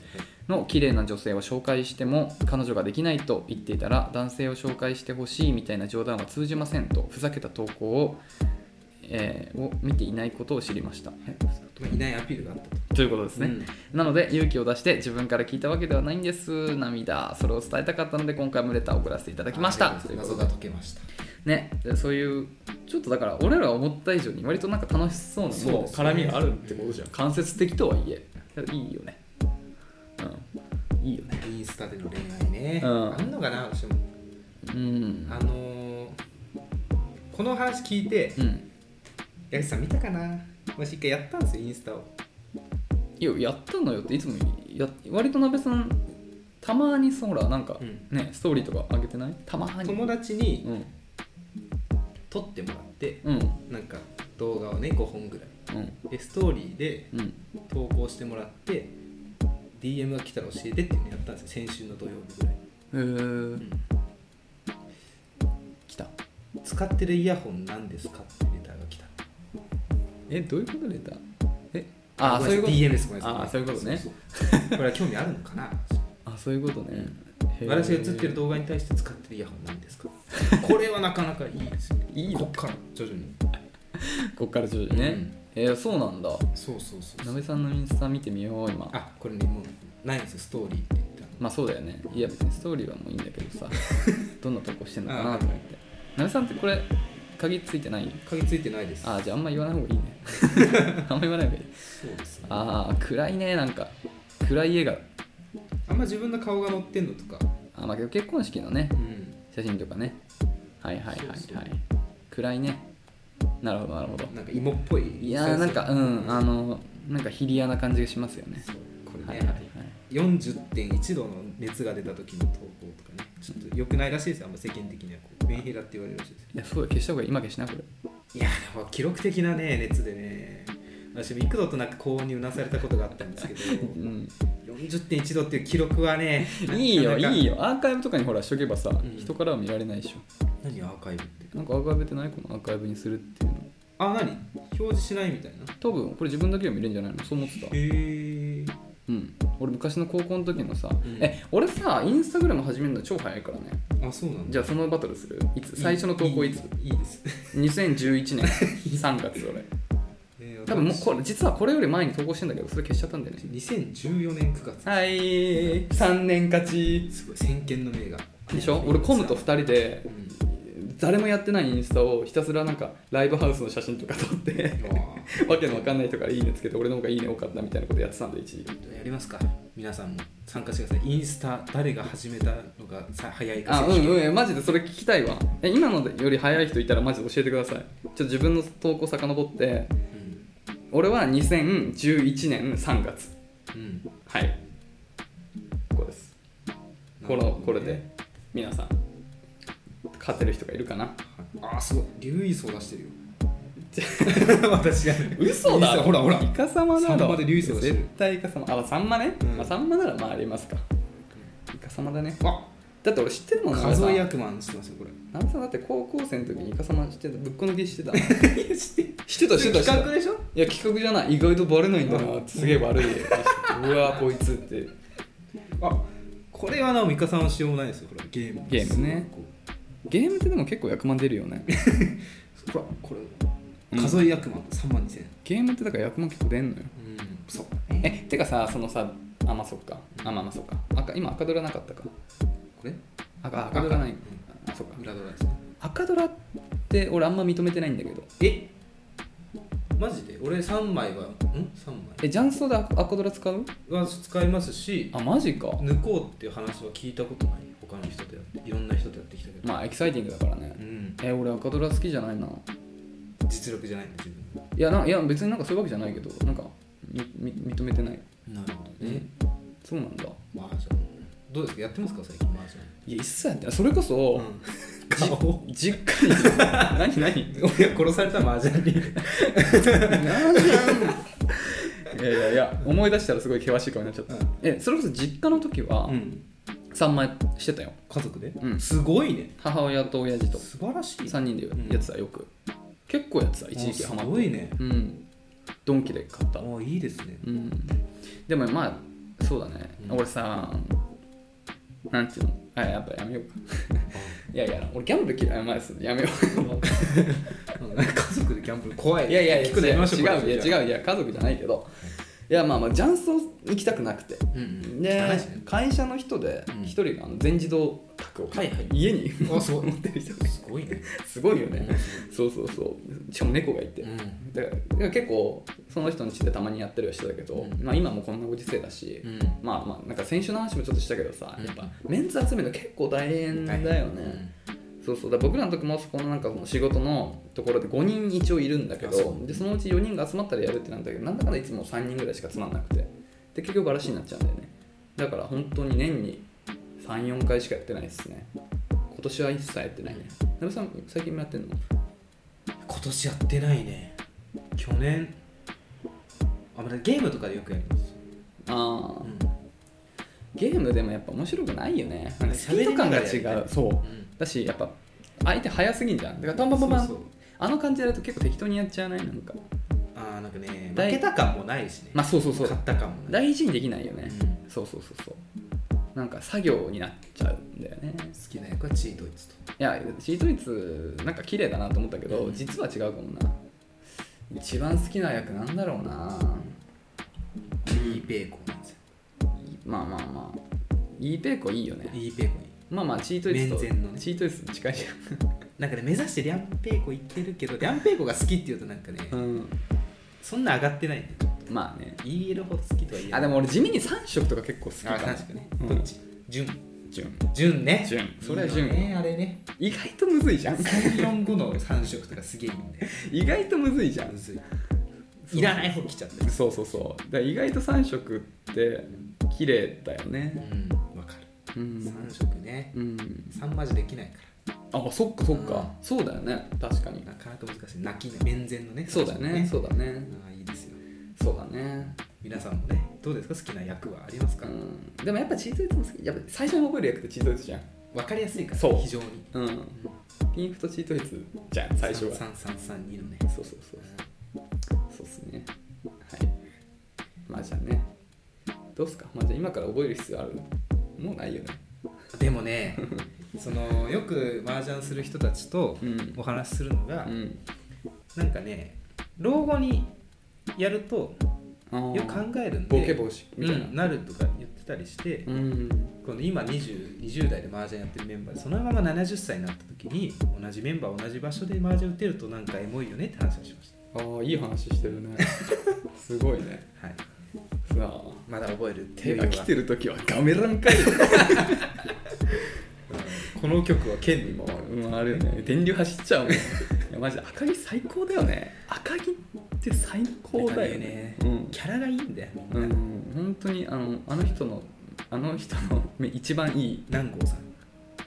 Speaker 2: の綺麗な女性を紹介しても彼女ができないと言っていたら男性を紹介してほしいみたいな冗談は通じませんとふざけた投稿を,、えーを見ていないことを知りました。
Speaker 1: まあいないアピールがあったと。
Speaker 2: ということですね、
Speaker 1: うん
Speaker 2: なので勇気を出して自分から聞いたわけではないんです涙それを伝えたかったので今回もレターを送らせていただきました
Speaker 1: あ
Speaker 2: と
Speaker 1: り
Speaker 2: いう
Speaker 1: が
Speaker 2: こと
Speaker 1: うご
Speaker 2: と
Speaker 1: ざいます謎が
Speaker 2: で
Speaker 1: 解けました。
Speaker 2: ねそういうちょっとだから俺らが思った以上に割となんか楽しそうな
Speaker 1: そう
Speaker 2: もう
Speaker 1: ですね
Speaker 2: 絡みがあるってことじゃん間接的とはいえいいよねうんいいよね
Speaker 1: インスタでの恋愛ね。
Speaker 2: うん
Speaker 1: あんのかな、私も。
Speaker 2: うん
Speaker 1: あのー、この話聞いて
Speaker 2: う、ん
Speaker 1: 八木さん見たかな私一回やったんですよ、インスタを。
Speaker 2: いややったのよっていつもや割と鍋さんたまにそらなんか、
Speaker 1: うん
Speaker 2: ねストーリーとか上げてないたまに
Speaker 1: 友達に
Speaker 2: うん
Speaker 1: 撮ってもらって、
Speaker 2: うん
Speaker 1: なんか動画をね、5本ぐらい。
Speaker 2: うん
Speaker 1: で、ストーリーで
Speaker 2: うん
Speaker 1: 投稿してもらって、DM が来たら教えてっていうのやったんですよ、先週の土曜日ぐらい。
Speaker 2: へえ、
Speaker 1: うん
Speaker 2: 来た
Speaker 1: 使ってるイヤホンなんですかってネターが来た。
Speaker 2: えどういうことレターえああそういうこと
Speaker 1: DM ですごめんなさい
Speaker 2: あーそういうことね
Speaker 1: そうそうこれは興味あるのかな
Speaker 2: あそういうことねへー
Speaker 1: 私が映ってる動画に対して使ってるイヤホンなんですかこれはなかなかいいですよ
Speaker 2: いいの
Speaker 1: こっから徐々に
Speaker 2: こっから徐々にね、
Speaker 1: うん
Speaker 2: えーそうなんだ
Speaker 1: そうそうそう
Speaker 2: なべさんのインスタ見てみよう今
Speaker 1: あこれねもうないんですよストーリーって言ったの
Speaker 2: まあそうだよねいや別にストーリーはもういいんだけ どさどんな投稿してんのか
Speaker 1: あ
Speaker 2: なと思ってなべさんってこれ鍵ついてない
Speaker 1: 鍵ついてないです
Speaker 2: あーじゃああんま言わない方がい いねあんま言わない方がいい
Speaker 1: そうですねあ
Speaker 2: ああ暗いねなんか暗い絵が
Speaker 1: んま自分の顔が載ってんのとか
Speaker 2: あまあ結婚式のね
Speaker 1: うん
Speaker 2: 写真とかねはいはいはいはい
Speaker 1: そうそう
Speaker 2: 暗いねなるほどなるほど
Speaker 1: なんか芋っぽい
Speaker 2: いやーなんかうんあのなんかヒリアな感じがしますよね
Speaker 1: そうこれね、
Speaker 2: はいはいはい
Speaker 1: 40.1度の熱が出た時の投稿とかねちょっと良くないらしいですよあんま世間的にはこうメンヘラって言われるらしいです
Speaker 2: いやそうだ消した方がいい今消しなこれ
Speaker 1: いやでも記録的なね熱でね私も幾度となく高温にうなされたことがあったんですけど
Speaker 2: うん
Speaker 1: 40.1度っていう記録はね
Speaker 2: いいよいい
Speaker 1: よ
Speaker 2: よアーカイブとかにほらしとけばさ、
Speaker 1: ん
Speaker 2: 人からは見られないでしょ
Speaker 1: 何アーカイブって
Speaker 2: なんかアーカイブってないこのアーカイブにするっていうの
Speaker 1: あ何表示しないみたいな
Speaker 2: 多分これ自分だけが見れるんじゃないのそう思ってた
Speaker 1: へえ
Speaker 2: うん俺昔の高校の時のさ、
Speaker 1: うん
Speaker 2: え俺さインスタグラム始めるの超早いからね
Speaker 1: あそうなんだ
Speaker 2: じゃあそのバトルするいつ最初の投稿いつ
Speaker 1: いいいいです
Speaker 2: 2011年 3月 俺
Speaker 1: えー
Speaker 2: 多分もうこれ実はこれより前に投稿してんだけどそれ消しちゃったんだよね
Speaker 1: 2014年9月
Speaker 2: はい3年勝ち
Speaker 1: すごい先見の明が
Speaker 2: でしょ俺コムと2人で
Speaker 1: うん
Speaker 2: 誰もやってないインスタをひたすらなんかライブハウスの写真とか撮って
Speaker 1: うわ
Speaker 2: わけのわかんないとかいいねつけて俺の方がいいね多かったみたいなことやってたんで一時期
Speaker 1: ーやりますか皆さんも参加してくださいインスタ誰が始めたのがさ早いか
Speaker 2: あう
Speaker 1: 選手
Speaker 2: ん
Speaker 1: 権
Speaker 2: うんマジでそれ聞きたいわえ今のより早い人いたらマジで教えてくださいちょっと自分の投稿遡って俺は2011年3月
Speaker 1: うんうん
Speaker 2: はいここですこ
Speaker 1: なる
Speaker 2: の
Speaker 1: ほ
Speaker 2: こ
Speaker 1: どね
Speaker 2: れで皆さん勝てる人がいるかな
Speaker 1: はいあーすごい留意層出して るよ私やる
Speaker 2: 嘘
Speaker 1: 留意
Speaker 2: だ
Speaker 1: 層ほらほら
Speaker 2: イカ様だろ
Speaker 1: サンマで流星をしてる
Speaker 2: 絶対イカ様あサンマね、
Speaker 1: うん
Speaker 2: まあ、サンマならまあありますかイカ様だね
Speaker 1: あ
Speaker 2: だって俺知ってるもんな
Speaker 1: 数え役満してますよこ れ
Speaker 2: なべさんだって高校生の時にイカ様 知ってたぶっこ抜きしてたしてたしてたしてた
Speaker 1: 企画でしょ
Speaker 2: いや企画じゃない意外とバレないんだなってすげえ悪いうわこいつって
Speaker 1: あこれはなおイカさんはしようもないですよほらゲーム
Speaker 2: ゲームねゲームってでも結構役満出るよね
Speaker 1: ほらこ
Speaker 2: う
Speaker 1: れ
Speaker 2: ん
Speaker 1: 数え役満3万2000
Speaker 2: ゲームってだから役満結構出んのよ
Speaker 1: うんそう
Speaker 2: えてかさそのさあまあそっかあまあまあそっか赤今赤ドラなかったか
Speaker 1: これ
Speaker 2: 赤赤ドラない
Speaker 1: うん
Speaker 2: あそっか
Speaker 1: 裏ドラですね
Speaker 2: 赤ドラって俺あんま認めてないんだけど
Speaker 1: えマジで俺3枚はん3枚
Speaker 2: えジャンソーで赤赤ドラ使う
Speaker 1: は使いますし
Speaker 2: あマジか
Speaker 1: 抜こうっていう話は聞いたことない他の人とやっていろんな人とやってきたけど、
Speaker 2: まあエキサイティングだからね
Speaker 1: うん、
Speaker 2: え俺赤ドラ好きじゃないな
Speaker 1: 実力じゃないんだ自分
Speaker 2: いやないや別になんかそういうわけじゃないけどなんかみみ認めてない
Speaker 1: なるほど
Speaker 2: ねそうなんだ
Speaker 1: マージャンどうですかやってますか最近マージ
Speaker 2: いや一切やってないそれこそ、
Speaker 1: ャン、顔
Speaker 2: 実家に 何何
Speaker 1: 俺が殺されたマージャンに
Speaker 2: いやいやいや思い出したらすごい険しい顔になっちゃった、
Speaker 1: うん
Speaker 2: えそれこそ実家の時は
Speaker 1: ん
Speaker 2: 3枚してたよ
Speaker 1: 家族で、
Speaker 2: うん
Speaker 1: すごいね
Speaker 2: 母親と親父と
Speaker 1: 素晴らしい
Speaker 2: 3人でやってたよく、結構やってた一時期
Speaker 1: あ
Speaker 2: ハマ
Speaker 1: す
Speaker 2: っ
Speaker 1: ごいね
Speaker 2: てうんドンキで買った
Speaker 1: あいいですね
Speaker 2: うんでもまあそうだね、
Speaker 1: うん
Speaker 2: 俺さなんていうのあやっぱやめようかいやいや俺ギャンブル嫌いまあやめよう
Speaker 1: うん家族でギャンブル怖い
Speaker 2: いやいやいや
Speaker 1: 聞くのやめましょう
Speaker 2: 違ういや
Speaker 1: う
Speaker 2: 違ういや家族じゃないけどいやまあまあジャンソー行きたくなくて
Speaker 1: うんうん
Speaker 2: で
Speaker 1: 汚いしね
Speaker 2: 会社の人で
Speaker 1: うん
Speaker 2: 一人があの全自動卓を買って
Speaker 1: はいは
Speaker 2: 家に
Speaker 1: あすごい
Speaker 2: 持ってる人
Speaker 1: すごいね
Speaker 2: すごいよねそうそうそうしかも猫がいて
Speaker 1: うん
Speaker 2: だからだから結構その人の家でたまにやったりはしてたけど
Speaker 1: うん
Speaker 2: まあ今もこんなご時世だし
Speaker 1: うん
Speaker 2: まあまあなんか先週の話もちょっとしたけどさ
Speaker 1: うん
Speaker 2: やっぱメンツ集めるの結構大変だよねそうそうだから僕らの時もそこのなんかその仕事のところで5人一応いるんだけ
Speaker 1: あそ
Speaker 2: どでそのうち4人が集まったらやるってなんだけどなんだかんだいつも3人ぐらいしか集まんなくてで結局バラシになっちゃうんだよねだから本当に年に34回しかやってないですね今年は一切やってないねなべさん最近もやってんの
Speaker 1: 今年やってないね去年あまだゲームとかでよくやります、
Speaker 2: ああ
Speaker 1: ん
Speaker 2: ゲームでもやっぱ面白くないよねなんかスピ
Speaker 1: 喋
Speaker 2: ー
Speaker 1: り
Speaker 2: ド
Speaker 1: な
Speaker 2: 感
Speaker 1: が
Speaker 2: が
Speaker 1: らやり
Speaker 2: 違
Speaker 1: たいう
Speaker 2: そう
Speaker 1: うん
Speaker 2: だしやっぱ相手早すぎんじゃんだからバンバンバンバン
Speaker 1: そうそう
Speaker 2: あの感じでやると結構適当にやっちゃわないなんか
Speaker 1: あーなんかね負
Speaker 2: 大
Speaker 1: けた感もないしね、
Speaker 2: まあそうそうそう
Speaker 1: 勝った感もない
Speaker 2: 大事にできないよね、
Speaker 1: う
Speaker 2: そうそうそうそうなんか作業になっちゃうんだよね
Speaker 1: 好きな役はチートイツと
Speaker 2: いやシートイツなんか綺麗だなと思ったけど、
Speaker 1: うん
Speaker 2: 実は違うかもな一番好きな役なんだろうな
Speaker 1: リーペーコンなんですよ
Speaker 2: まあまあまあいいペーコいいよね
Speaker 1: リーペーコンいい
Speaker 2: まあまあチートイツと、
Speaker 1: 面前のね
Speaker 2: チートイツ近いじ
Speaker 1: なんかね目指してリャンペーコ行ってるけどリャンペーコが好きっていうとなんかね、
Speaker 2: ゃん、うん、
Speaker 1: そんな上がってないんでちょっと
Speaker 2: まあね
Speaker 1: 言えるほど好きとは言えない
Speaker 2: あでも俺地味に3色とか結構好き
Speaker 1: あ
Speaker 2: かな
Speaker 1: 確かにね、
Speaker 2: うん
Speaker 1: どっち順
Speaker 2: 順
Speaker 1: 順ね
Speaker 2: 順それは順
Speaker 1: いいよねあれね
Speaker 2: 意外とむずいじゃん
Speaker 1: 34後の3色とかすげえいいんで
Speaker 2: 意外とむずいじゃん
Speaker 1: むずいいらない方来ちゃったり
Speaker 2: そうそうそうだから意外と3色って綺麗だよ
Speaker 1: う
Speaker 2: ね
Speaker 1: んわかる
Speaker 2: うん、
Speaker 1: 3色ね
Speaker 2: うん、
Speaker 1: 3マジできないか
Speaker 2: あそっかそっ
Speaker 1: う
Speaker 2: か、
Speaker 1: ん
Speaker 2: そうだよね確かに
Speaker 1: らなかなか難しい泣きね面前のね
Speaker 2: そうだよねそうだね
Speaker 1: ああいいですよ
Speaker 2: そうだね
Speaker 1: 皆さんもねどうですか好きな役はあります
Speaker 2: う
Speaker 1: か、
Speaker 2: んでもやっぱチートイツも好きやっぱ最初に覚える役ってチートイツじゃん
Speaker 1: 分かりやすいから
Speaker 2: そう
Speaker 1: 非常に
Speaker 2: うんピンクとチートヘッズじゃん最初は
Speaker 1: 3332のね
Speaker 2: そうそうそうそうっすねはいまあじゃあねどうっすかまあじゃあ今から覚える必要あるもうないよね
Speaker 1: でもねそのよく麻雀する人たちと
Speaker 2: うん
Speaker 1: お話しするのが、
Speaker 2: うん
Speaker 1: なんかね老後にやると
Speaker 2: あー
Speaker 1: よく考えるんで
Speaker 2: ボケ防止みたいな、
Speaker 1: うん、なるとか言ってたりして、
Speaker 2: うん
Speaker 1: この今 20, 20代で麻雀やってるメンバーでそのまま70歳になった時に同じメンバー同じ場所で麻雀打てるとなんかエモいよねって話をしまし
Speaker 2: ああいい話して るねすごいね
Speaker 1: た、はい、
Speaker 2: さあ
Speaker 1: まだ覚えるって
Speaker 2: 手
Speaker 1: いう
Speaker 2: が
Speaker 1: の
Speaker 2: 来
Speaker 1: は
Speaker 2: てる時はガメランかい
Speaker 1: この曲は剣に
Speaker 2: も
Speaker 1: 回る
Speaker 2: うあるよね電流走っちゃうもんいやマジ赤城最高だよね赤城って最高だよね
Speaker 1: やっぱり
Speaker 2: うん
Speaker 1: キャラがいいんだよみんな、
Speaker 2: うん本当にあのあの人のあの人の一番いい
Speaker 1: 南郷さん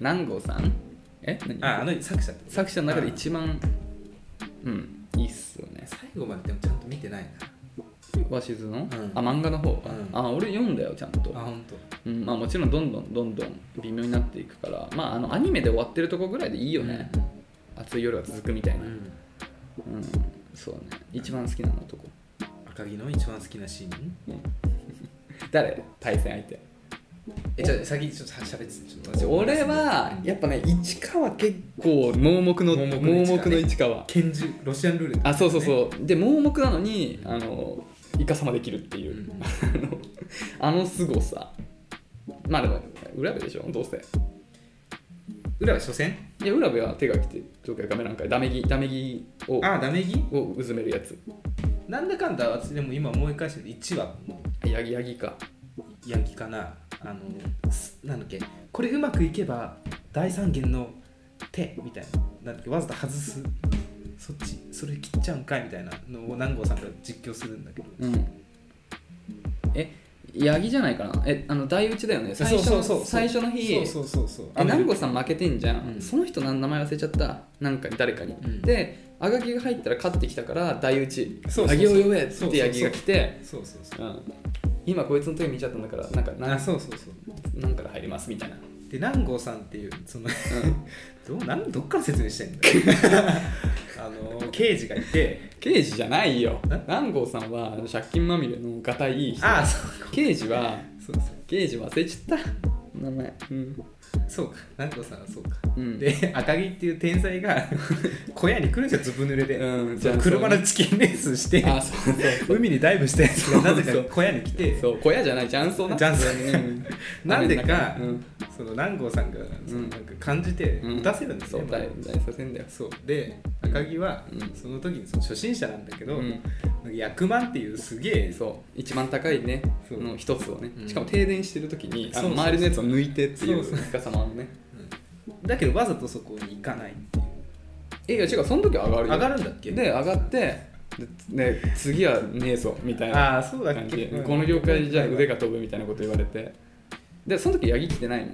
Speaker 2: 南郷さんえ何
Speaker 1: ああの作者ってこと
Speaker 2: 作者の中で一番うんいいっすよね
Speaker 1: 最後まででもちゃんと見てない
Speaker 2: 鷲津の、
Speaker 1: ん
Speaker 2: あ漫画の方か、
Speaker 1: うん
Speaker 2: あ俺読んだよちゃんと
Speaker 1: なあ本当。
Speaker 2: うんまあ、もちろんどんどんどんどん微妙になっていくから、まあ、あのアニメで終わってるとこぐらいでいいよね、暑い夜が続くみたいな、うんそうね一番好きなのとこ、
Speaker 1: 赤城の一番好きなシーン
Speaker 2: うん、誰対戦
Speaker 1: えちょ先ちょっとしゃべってちょっと
Speaker 2: 相手
Speaker 1: 私
Speaker 2: 俺はやっぱね市川結構盲目の
Speaker 1: 盲目の市川ね
Speaker 2: 盲目の市川
Speaker 1: 拳銃ロシアンルーレット
Speaker 2: あそうそうそうで盲目なのにあのイカサマできるっていう
Speaker 1: う、ん
Speaker 2: あの凄さまあでも浦部でしょどうせ
Speaker 1: 裏は初戦
Speaker 2: いや浦部は手が来てどうかカメラなんかダメギダメギを
Speaker 1: あダメギ
Speaker 2: をうずめるやつ
Speaker 1: なんだかんだ私でも今思い返して1話の
Speaker 2: ヤギヤギか
Speaker 1: ヤギかなあのすなんだっけこれうまくいけば大三元の手みたいななんだっけわざと外すそっちそれ切っちゃうんかいみたいなのを南郷さんが実況するんだけど
Speaker 2: うんえヤギじゃないかなえあの台打ちだよね最初
Speaker 1: そうそうそう
Speaker 2: 最初の日
Speaker 1: そうそうそうそう
Speaker 2: え南郷さん負けてんじゃん、
Speaker 1: うん
Speaker 2: その人の名前忘れちゃったなんかに誰かに、
Speaker 1: うん
Speaker 2: であがきが入ったら勝ってきたから台打ち
Speaker 1: そうそうそう
Speaker 2: ヤギを呼べ
Speaker 1: そう
Speaker 2: っ
Speaker 1: そうそう
Speaker 2: てヤギが来て
Speaker 1: そうそうそう
Speaker 2: うん今こいつの時見ちゃったんだからなんか
Speaker 1: あ
Speaker 2: 何
Speaker 1: そうそうそう
Speaker 2: 何から入りますみたいな、
Speaker 1: で南郷さんっていうその
Speaker 2: う ん、
Speaker 1: どうなんどっから説明したいんだろ うあの刑事がいて
Speaker 2: 刑事じゃないよ
Speaker 1: え
Speaker 2: 南郷さんは借金まみれのがたいいい人
Speaker 1: ああそう
Speaker 2: 刑事は
Speaker 1: そうそう
Speaker 2: 刑事忘れちゃった名前うん、
Speaker 1: そうか南郷さんはそうか
Speaker 2: うん、
Speaker 1: で赤城っていう天才 が小屋に来るんですよずぶ濡れで、
Speaker 2: うん
Speaker 1: その
Speaker 2: じゃあ
Speaker 1: 車のチキンレースして
Speaker 2: あそうそう
Speaker 1: 海にダイブしたやつがなぜ
Speaker 2: そ
Speaker 1: か
Speaker 2: うそう
Speaker 1: 小屋に来て
Speaker 2: そう小屋じゃない雀荘な
Speaker 1: 雀荘
Speaker 2: うん
Speaker 1: なんでか
Speaker 2: うん、
Speaker 1: その南郷さんがその
Speaker 2: うん
Speaker 1: なんか感じて
Speaker 2: うん
Speaker 1: 打たせるんです
Speaker 2: そ
Speaker 1: よ、
Speaker 2: う
Speaker 1: まあ
Speaker 2: 大大させんだよ
Speaker 1: そうで赤城は
Speaker 2: うん
Speaker 1: その時にその初心者なんだけど、
Speaker 2: う
Speaker 1: なん
Speaker 2: ん
Speaker 1: か役満っていうすげえ
Speaker 2: そう一番高いね
Speaker 1: そう
Speaker 2: の一つをね
Speaker 1: うん
Speaker 2: しかも停電してる時にあの
Speaker 1: そうそう
Speaker 2: 周りのやつを抜いてっていう
Speaker 1: そうそう
Speaker 2: 深さもあるね
Speaker 1: だけどわざとそこに行かないっていう
Speaker 2: えいや違うその時は上がるよ
Speaker 1: 上がるんだっけ
Speaker 2: で上がってでね次はねえぞみたいな
Speaker 1: ああそうだっ
Speaker 2: 感じ
Speaker 1: け
Speaker 2: でこの業界じゃ腕
Speaker 1: が
Speaker 2: が飛ぶみたいなこと言われてでその時ヤギ来てないの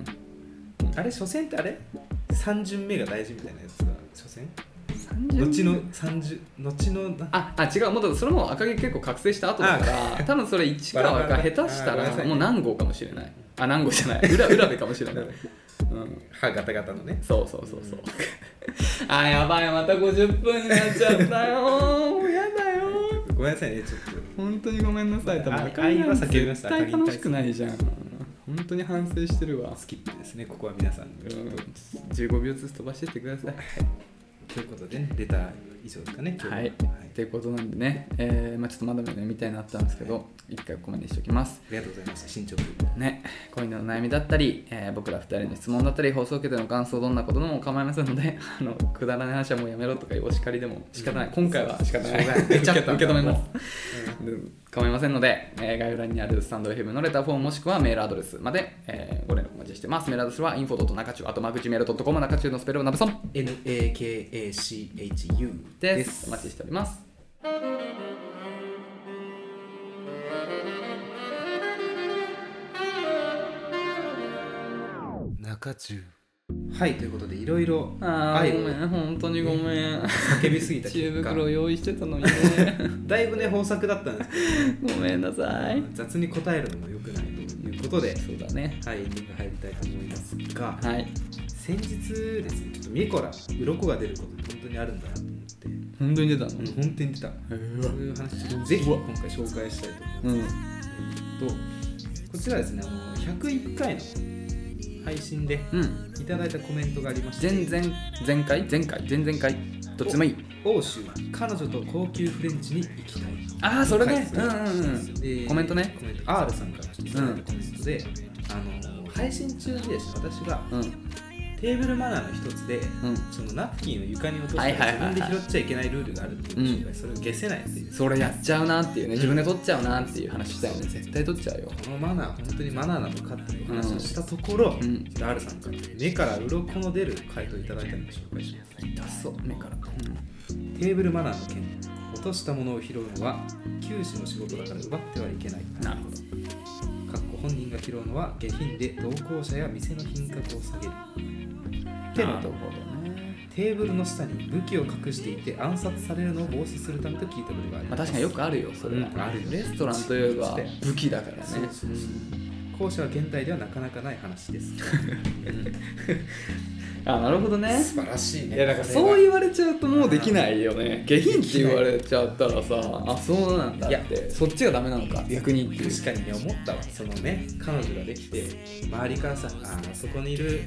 Speaker 1: あれ初戦ってあれ ?3 巡目が大事みたいなやつが初戦後
Speaker 2: 30
Speaker 1: の30後のな
Speaker 2: ああ違うもうだそれも赤毛結構覚醒した後だから多分それ市川が下手し
Speaker 1: バ
Speaker 2: た
Speaker 1: ラバラあーごめんなさ
Speaker 2: ら
Speaker 1: い
Speaker 2: もう南郷かもしれないあ南郷じゃ ない裏裏部かもしれない、うん、
Speaker 1: 歯ガタガタのね
Speaker 2: そうそうそうそうあーやばいまた50分になっちゃったよーもうやだよー
Speaker 1: ごめんなさいねちょっと
Speaker 2: 本当にごめんなさい多分
Speaker 1: あ
Speaker 2: 赤毛なんて
Speaker 1: 愛は叫びまし
Speaker 2: 絶
Speaker 1: た
Speaker 2: 対楽しくないじゃん本当に反省してるわ
Speaker 1: スキップですねここは皆さん
Speaker 2: うん
Speaker 1: ちょっと
Speaker 2: 15秒ずつ飛ばしてってください
Speaker 1: ということでねレター以上ですかね今日
Speaker 2: はい、っていうことなんでね、えーまあ、ちょっとまだまだみたいなのあったんですけど、一回ここまでにしておきます。
Speaker 1: ありがとうございました進捗
Speaker 2: ね、恋の悩みだったり、えー僕ら二人の質問だったり、放送を受けての感想、どんなことでも構いませんので、 あのくだらない話はもうやめろとかいうお叱りでも仕方ない、今回は仕方ない、
Speaker 1: しょうがない
Speaker 2: 受けちゃった
Speaker 1: 受け止
Speaker 2: 受け
Speaker 1: めた
Speaker 2: 止めます。うん構いませんので、えー概要欄にあるスタンド FM のレターフォームもしくはメールアドレスまで、えーご連絡お待ちしてます。メールアドレスは info.nakachu、あとマグチメール .com、中中のスペルをナブソン
Speaker 1: NAKACHU
Speaker 2: ですお待ちしております。
Speaker 1: 中中はいということでいろいろ
Speaker 2: あ
Speaker 1: 愛
Speaker 2: ー
Speaker 1: を
Speaker 2: ごめん本当にごめん
Speaker 1: 叫びす ぎた
Speaker 2: 知恵
Speaker 1: 結果
Speaker 2: 袋用意してたのにね
Speaker 1: だいぶね豊作だったんですけ
Speaker 2: ごめんなさい
Speaker 1: ど雑に答えるのも良くないということで
Speaker 2: そうだね
Speaker 1: はいエンディング入りたいと思いますが
Speaker 2: はい
Speaker 1: 先日ですねちょっと目から鱗が出ることって本当にあるんだなと思って、
Speaker 2: 本当に出たの
Speaker 1: うん、本当に出たそういう話をぜひ
Speaker 2: うわ
Speaker 1: 今回紹介したいと思
Speaker 2: うん
Speaker 1: うとこちらですねあの101回の配信で
Speaker 2: うん
Speaker 1: いただいたコメントがありまして
Speaker 2: 前々前回前回前々回どっちでもいい
Speaker 1: 欧州彼女と高級フレンチに行きたい
Speaker 2: ああそれねうんうんう
Speaker 1: で
Speaker 2: んコメントね
Speaker 1: コメント R さんからいただいたコメントで、あの配信中にですね私が
Speaker 2: うん
Speaker 1: テーブルマナーの一つで
Speaker 2: うん
Speaker 1: そのナプキンを床に落とした
Speaker 2: はいは
Speaker 1: ら
Speaker 2: いはいはい
Speaker 1: 自分で拾っちゃいけないルールがあるっていう紹介、それを消せないっていう
Speaker 2: それやっちゃうなっていうね自分で取っちゃうなっていう話したよね絶対取っちゃうよ
Speaker 1: このマナー本当にマナーなのかっていう話をしたところ、
Speaker 2: うん
Speaker 1: ちょっと R さんから目から鱗の出る回答をいただいたので紹介します
Speaker 2: 痛そう目から
Speaker 1: テーブルマナーの件落としたものを拾うのは教師の仕事だから奪ってはいけない
Speaker 2: なるほど
Speaker 1: かっこ本人が拾うのは下品で同行者や店の品格を下げる手のと
Speaker 2: ほどね
Speaker 1: テーブルの下に武器を隠していて暗殺されるのを防止するためと聞いたことがあり
Speaker 2: ま
Speaker 1: ま
Speaker 2: あ
Speaker 1: す、
Speaker 2: 確かによくあるよそれは、
Speaker 1: うんあるよ
Speaker 2: レストランといえば
Speaker 1: そう
Speaker 2: 武器だからね
Speaker 1: そうそうそう後者は現代ではなかなかない話 です
Speaker 2: あなるほどね
Speaker 1: 素晴らしいね
Speaker 2: いやなんかそう
Speaker 1: う
Speaker 2: 言われちゃうともうできないよね下品って言われちゃったらさあそうなんだ
Speaker 1: いや
Speaker 2: ってそっちがダメなのか逆にっていう
Speaker 1: 確かにね思ったわそのね彼女ができて周りからさあーそこにいる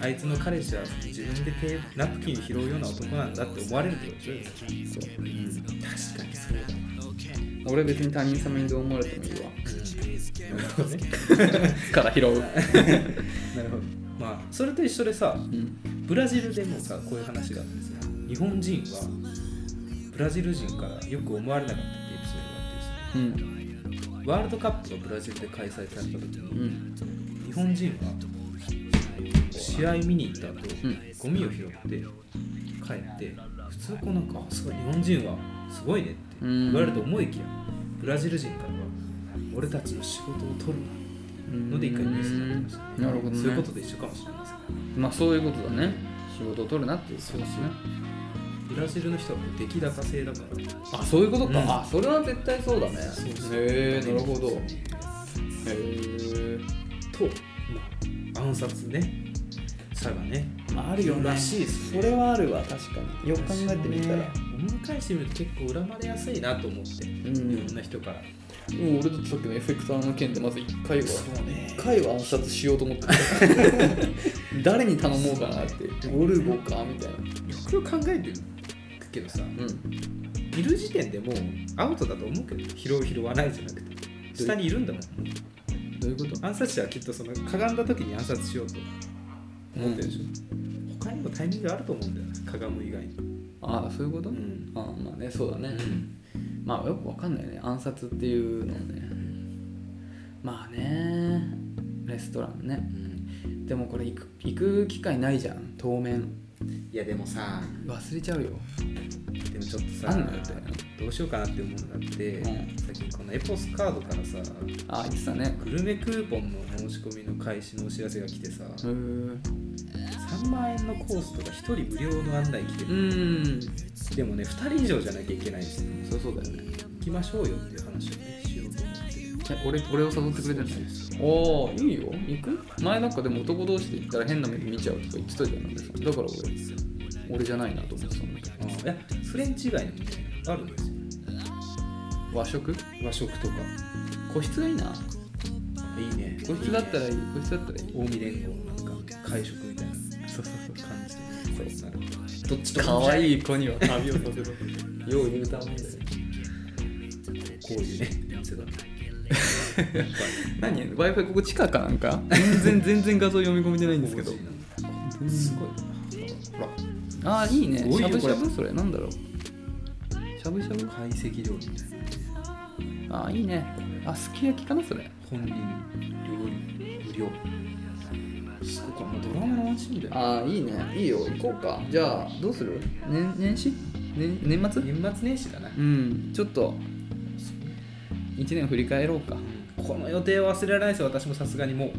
Speaker 1: あいつの彼氏は自分で手ナプキン拾うような男なんだって思われるってことでしょ
Speaker 2: そう
Speaker 1: 確かにそうだ
Speaker 2: 俺別に他人様にどう思われてもいいわ
Speaker 1: なるほどね
Speaker 2: から拾う、
Speaker 1: なるほどまあそれと一緒でさ
Speaker 2: うん、
Speaker 1: ブラジルでもさこういう話があってさ日本人はブラジル人からよく思われなかったっていうエピソ
Speaker 2: うん
Speaker 1: ードがあってさワールドカップがブラジルで開催された時
Speaker 2: う
Speaker 1: に
Speaker 2: ん
Speaker 1: 日本人は試合見に行った後、
Speaker 2: ん
Speaker 1: ゴミを拾って帰って普通こうなんかあすごい日本人はすごいねって言われると思いきやブラジル人からは俺たちの仕事を取るので一回ニュースになりました、
Speaker 2: なるほどね
Speaker 1: そういうことと一緒かもしれないですね
Speaker 2: まあそういうことだね仕事を取るなっていうそうですね
Speaker 1: ブラジルの人はもう出来高制だから
Speaker 2: あそういうことか、
Speaker 1: うん
Speaker 2: あそれは絶対そうだね
Speaker 1: そうそう
Speaker 2: へえなるほどへえ
Speaker 1: と、まあ、暗殺ねさがね
Speaker 2: まあ、あ
Speaker 1: るよねそれ
Speaker 2: はあるわ確かによ
Speaker 1: ね思い返してみると結構恨まれやすいなと思ってい
Speaker 2: うん
Speaker 1: ろんな人から
Speaker 2: もう俺だってさっきのエフェクターの件でまず1回は
Speaker 1: うね
Speaker 2: 1回は暗殺しようと思って た誰に頼もうかなってオルゴかみたいな
Speaker 1: よくよく考えてるけどさ
Speaker 2: うん
Speaker 1: いる時点でもうアウトだと思うけど拾う拾わないじゃなくて下にいるんだもん
Speaker 2: どういうこと
Speaker 1: 暗殺者はきっとそのかがんだ時に暗殺しようと思ってるでしょ、他にもタイミングがあると思うんだよなかがむ以外に、
Speaker 2: ああそういうこと、
Speaker 1: ん
Speaker 2: ああまあねそうだね、まあよくわかんないね暗殺っていうのねまあねレストランねでもこれ行く行く機会ないじゃん当面
Speaker 1: いやでもさ
Speaker 2: 忘れちゃうよ
Speaker 1: でもちょっとさ
Speaker 2: あんのよって
Speaker 1: どうしようかなって思うのがあって、
Speaker 2: うん
Speaker 1: 最近このエポスカードからさ
Speaker 2: ああ言ってたね
Speaker 1: グルメクーポンの申し込みの開始のお知らせが来てさ、
Speaker 2: うー
Speaker 1: 3万円のコースとか1人無料の案内来てる、
Speaker 2: ん
Speaker 1: でもね2人以上じゃなきゃいけないし
Speaker 2: そうそうだよね
Speaker 1: 行きましょうよっていう話をねしようと思って
Speaker 2: え俺俺を誘ってくれてる
Speaker 1: そう
Speaker 2: のああいいよ行く前なんかでも男同士で行ったら変な目で見ちゃうとか言ってたじゃないですかだから俺俺じゃないなと思ってたんだけど
Speaker 1: あーいやフレンチ以外にもねあるんですよ
Speaker 2: 和食
Speaker 1: 和食とか
Speaker 2: 個室がいいない
Speaker 1: いね
Speaker 2: 個室だったらいい個室だったらいい
Speaker 1: 近江連合のなんか会食みたいなそうそうそう感じでそうなるどっちと
Speaker 2: 可
Speaker 1: も
Speaker 2: 愛い子には旅をさせろよう言うたもんだよ
Speaker 1: こういうね店だった
Speaker 2: 何 w i f i ここ地下かなんか全 然全然画像読み込めてないんですけど
Speaker 1: 工事なんだ
Speaker 2: す
Speaker 1: ごいなほら
Speaker 2: ああいいね
Speaker 1: すごい
Speaker 2: し
Speaker 1: よ
Speaker 2: ゃぶしゃ
Speaker 1: こ
Speaker 2: ぶそれなんだろうしゃぶしゃぶ
Speaker 1: 懐石料理みたいな
Speaker 2: ああいいねあすき焼きかなそれ
Speaker 1: 本人料理無料すごいもうドラマのワンシーンだよ
Speaker 2: ああいいねいいよ行こうかじゃあどうする年年始年年末
Speaker 1: 年末年始だな、
Speaker 2: うんちょっと1年振り返ろうか
Speaker 1: この予定は忘れられないですよ私もさすがにもう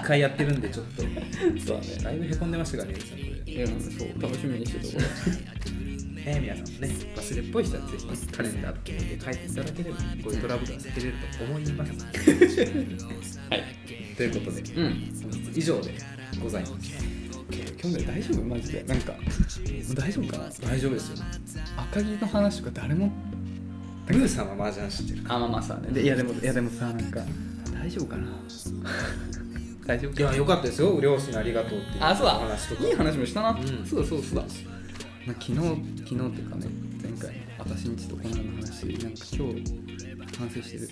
Speaker 1: 一回やってるんでちょっと
Speaker 2: そうだね
Speaker 1: だいぶへこんでましたからね皆さんこれ
Speaker 2: うんそう楽しみにしてたこ
Speaker 1: えー皆さんもね忘れっぽい人はぜひカレンダーと思って書いていただければこういうトラブルは避けれると思います
Speaker 2: れはい
Speaker 1: ということで
Speaker 2: うん
Speaker 1: 本日以上でございます
Speaker 2: 去年大丈夫マジでなんか大丈夫かな
Speaker 1: 大丈夫ですよ
Speaker 2: 赤木の話とか誰も
Speaker 1: ブーさんは麻雀知ってる
Speaker 2: あまあまあさでいやでもいやでもさなんか大丈夫かな 大丈夫
Speaker 1: いやよかったですよ両親ありがとうっていう
Speaker 2: あそうだ
Speaker 1: 話とか
Speaker 2: いい話もしたな、
Speaker 1: ん
Speaker 2: そうだそうだそうだ、まあ、昨日昨日っていうかね前回私んちとこの間の話なんか今日反省してる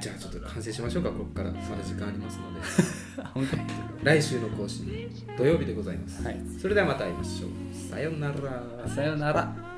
Speaker 1: じゃあちょっと完成しましょうかここからまだ時間ありますの で
Speaker 2: あ本当
Speaker 1: 来週の更新土曜日でございます
Speaker 2: はい
Speaker 1: それではまた会いましょうさようなら
Speaker 2: さよなら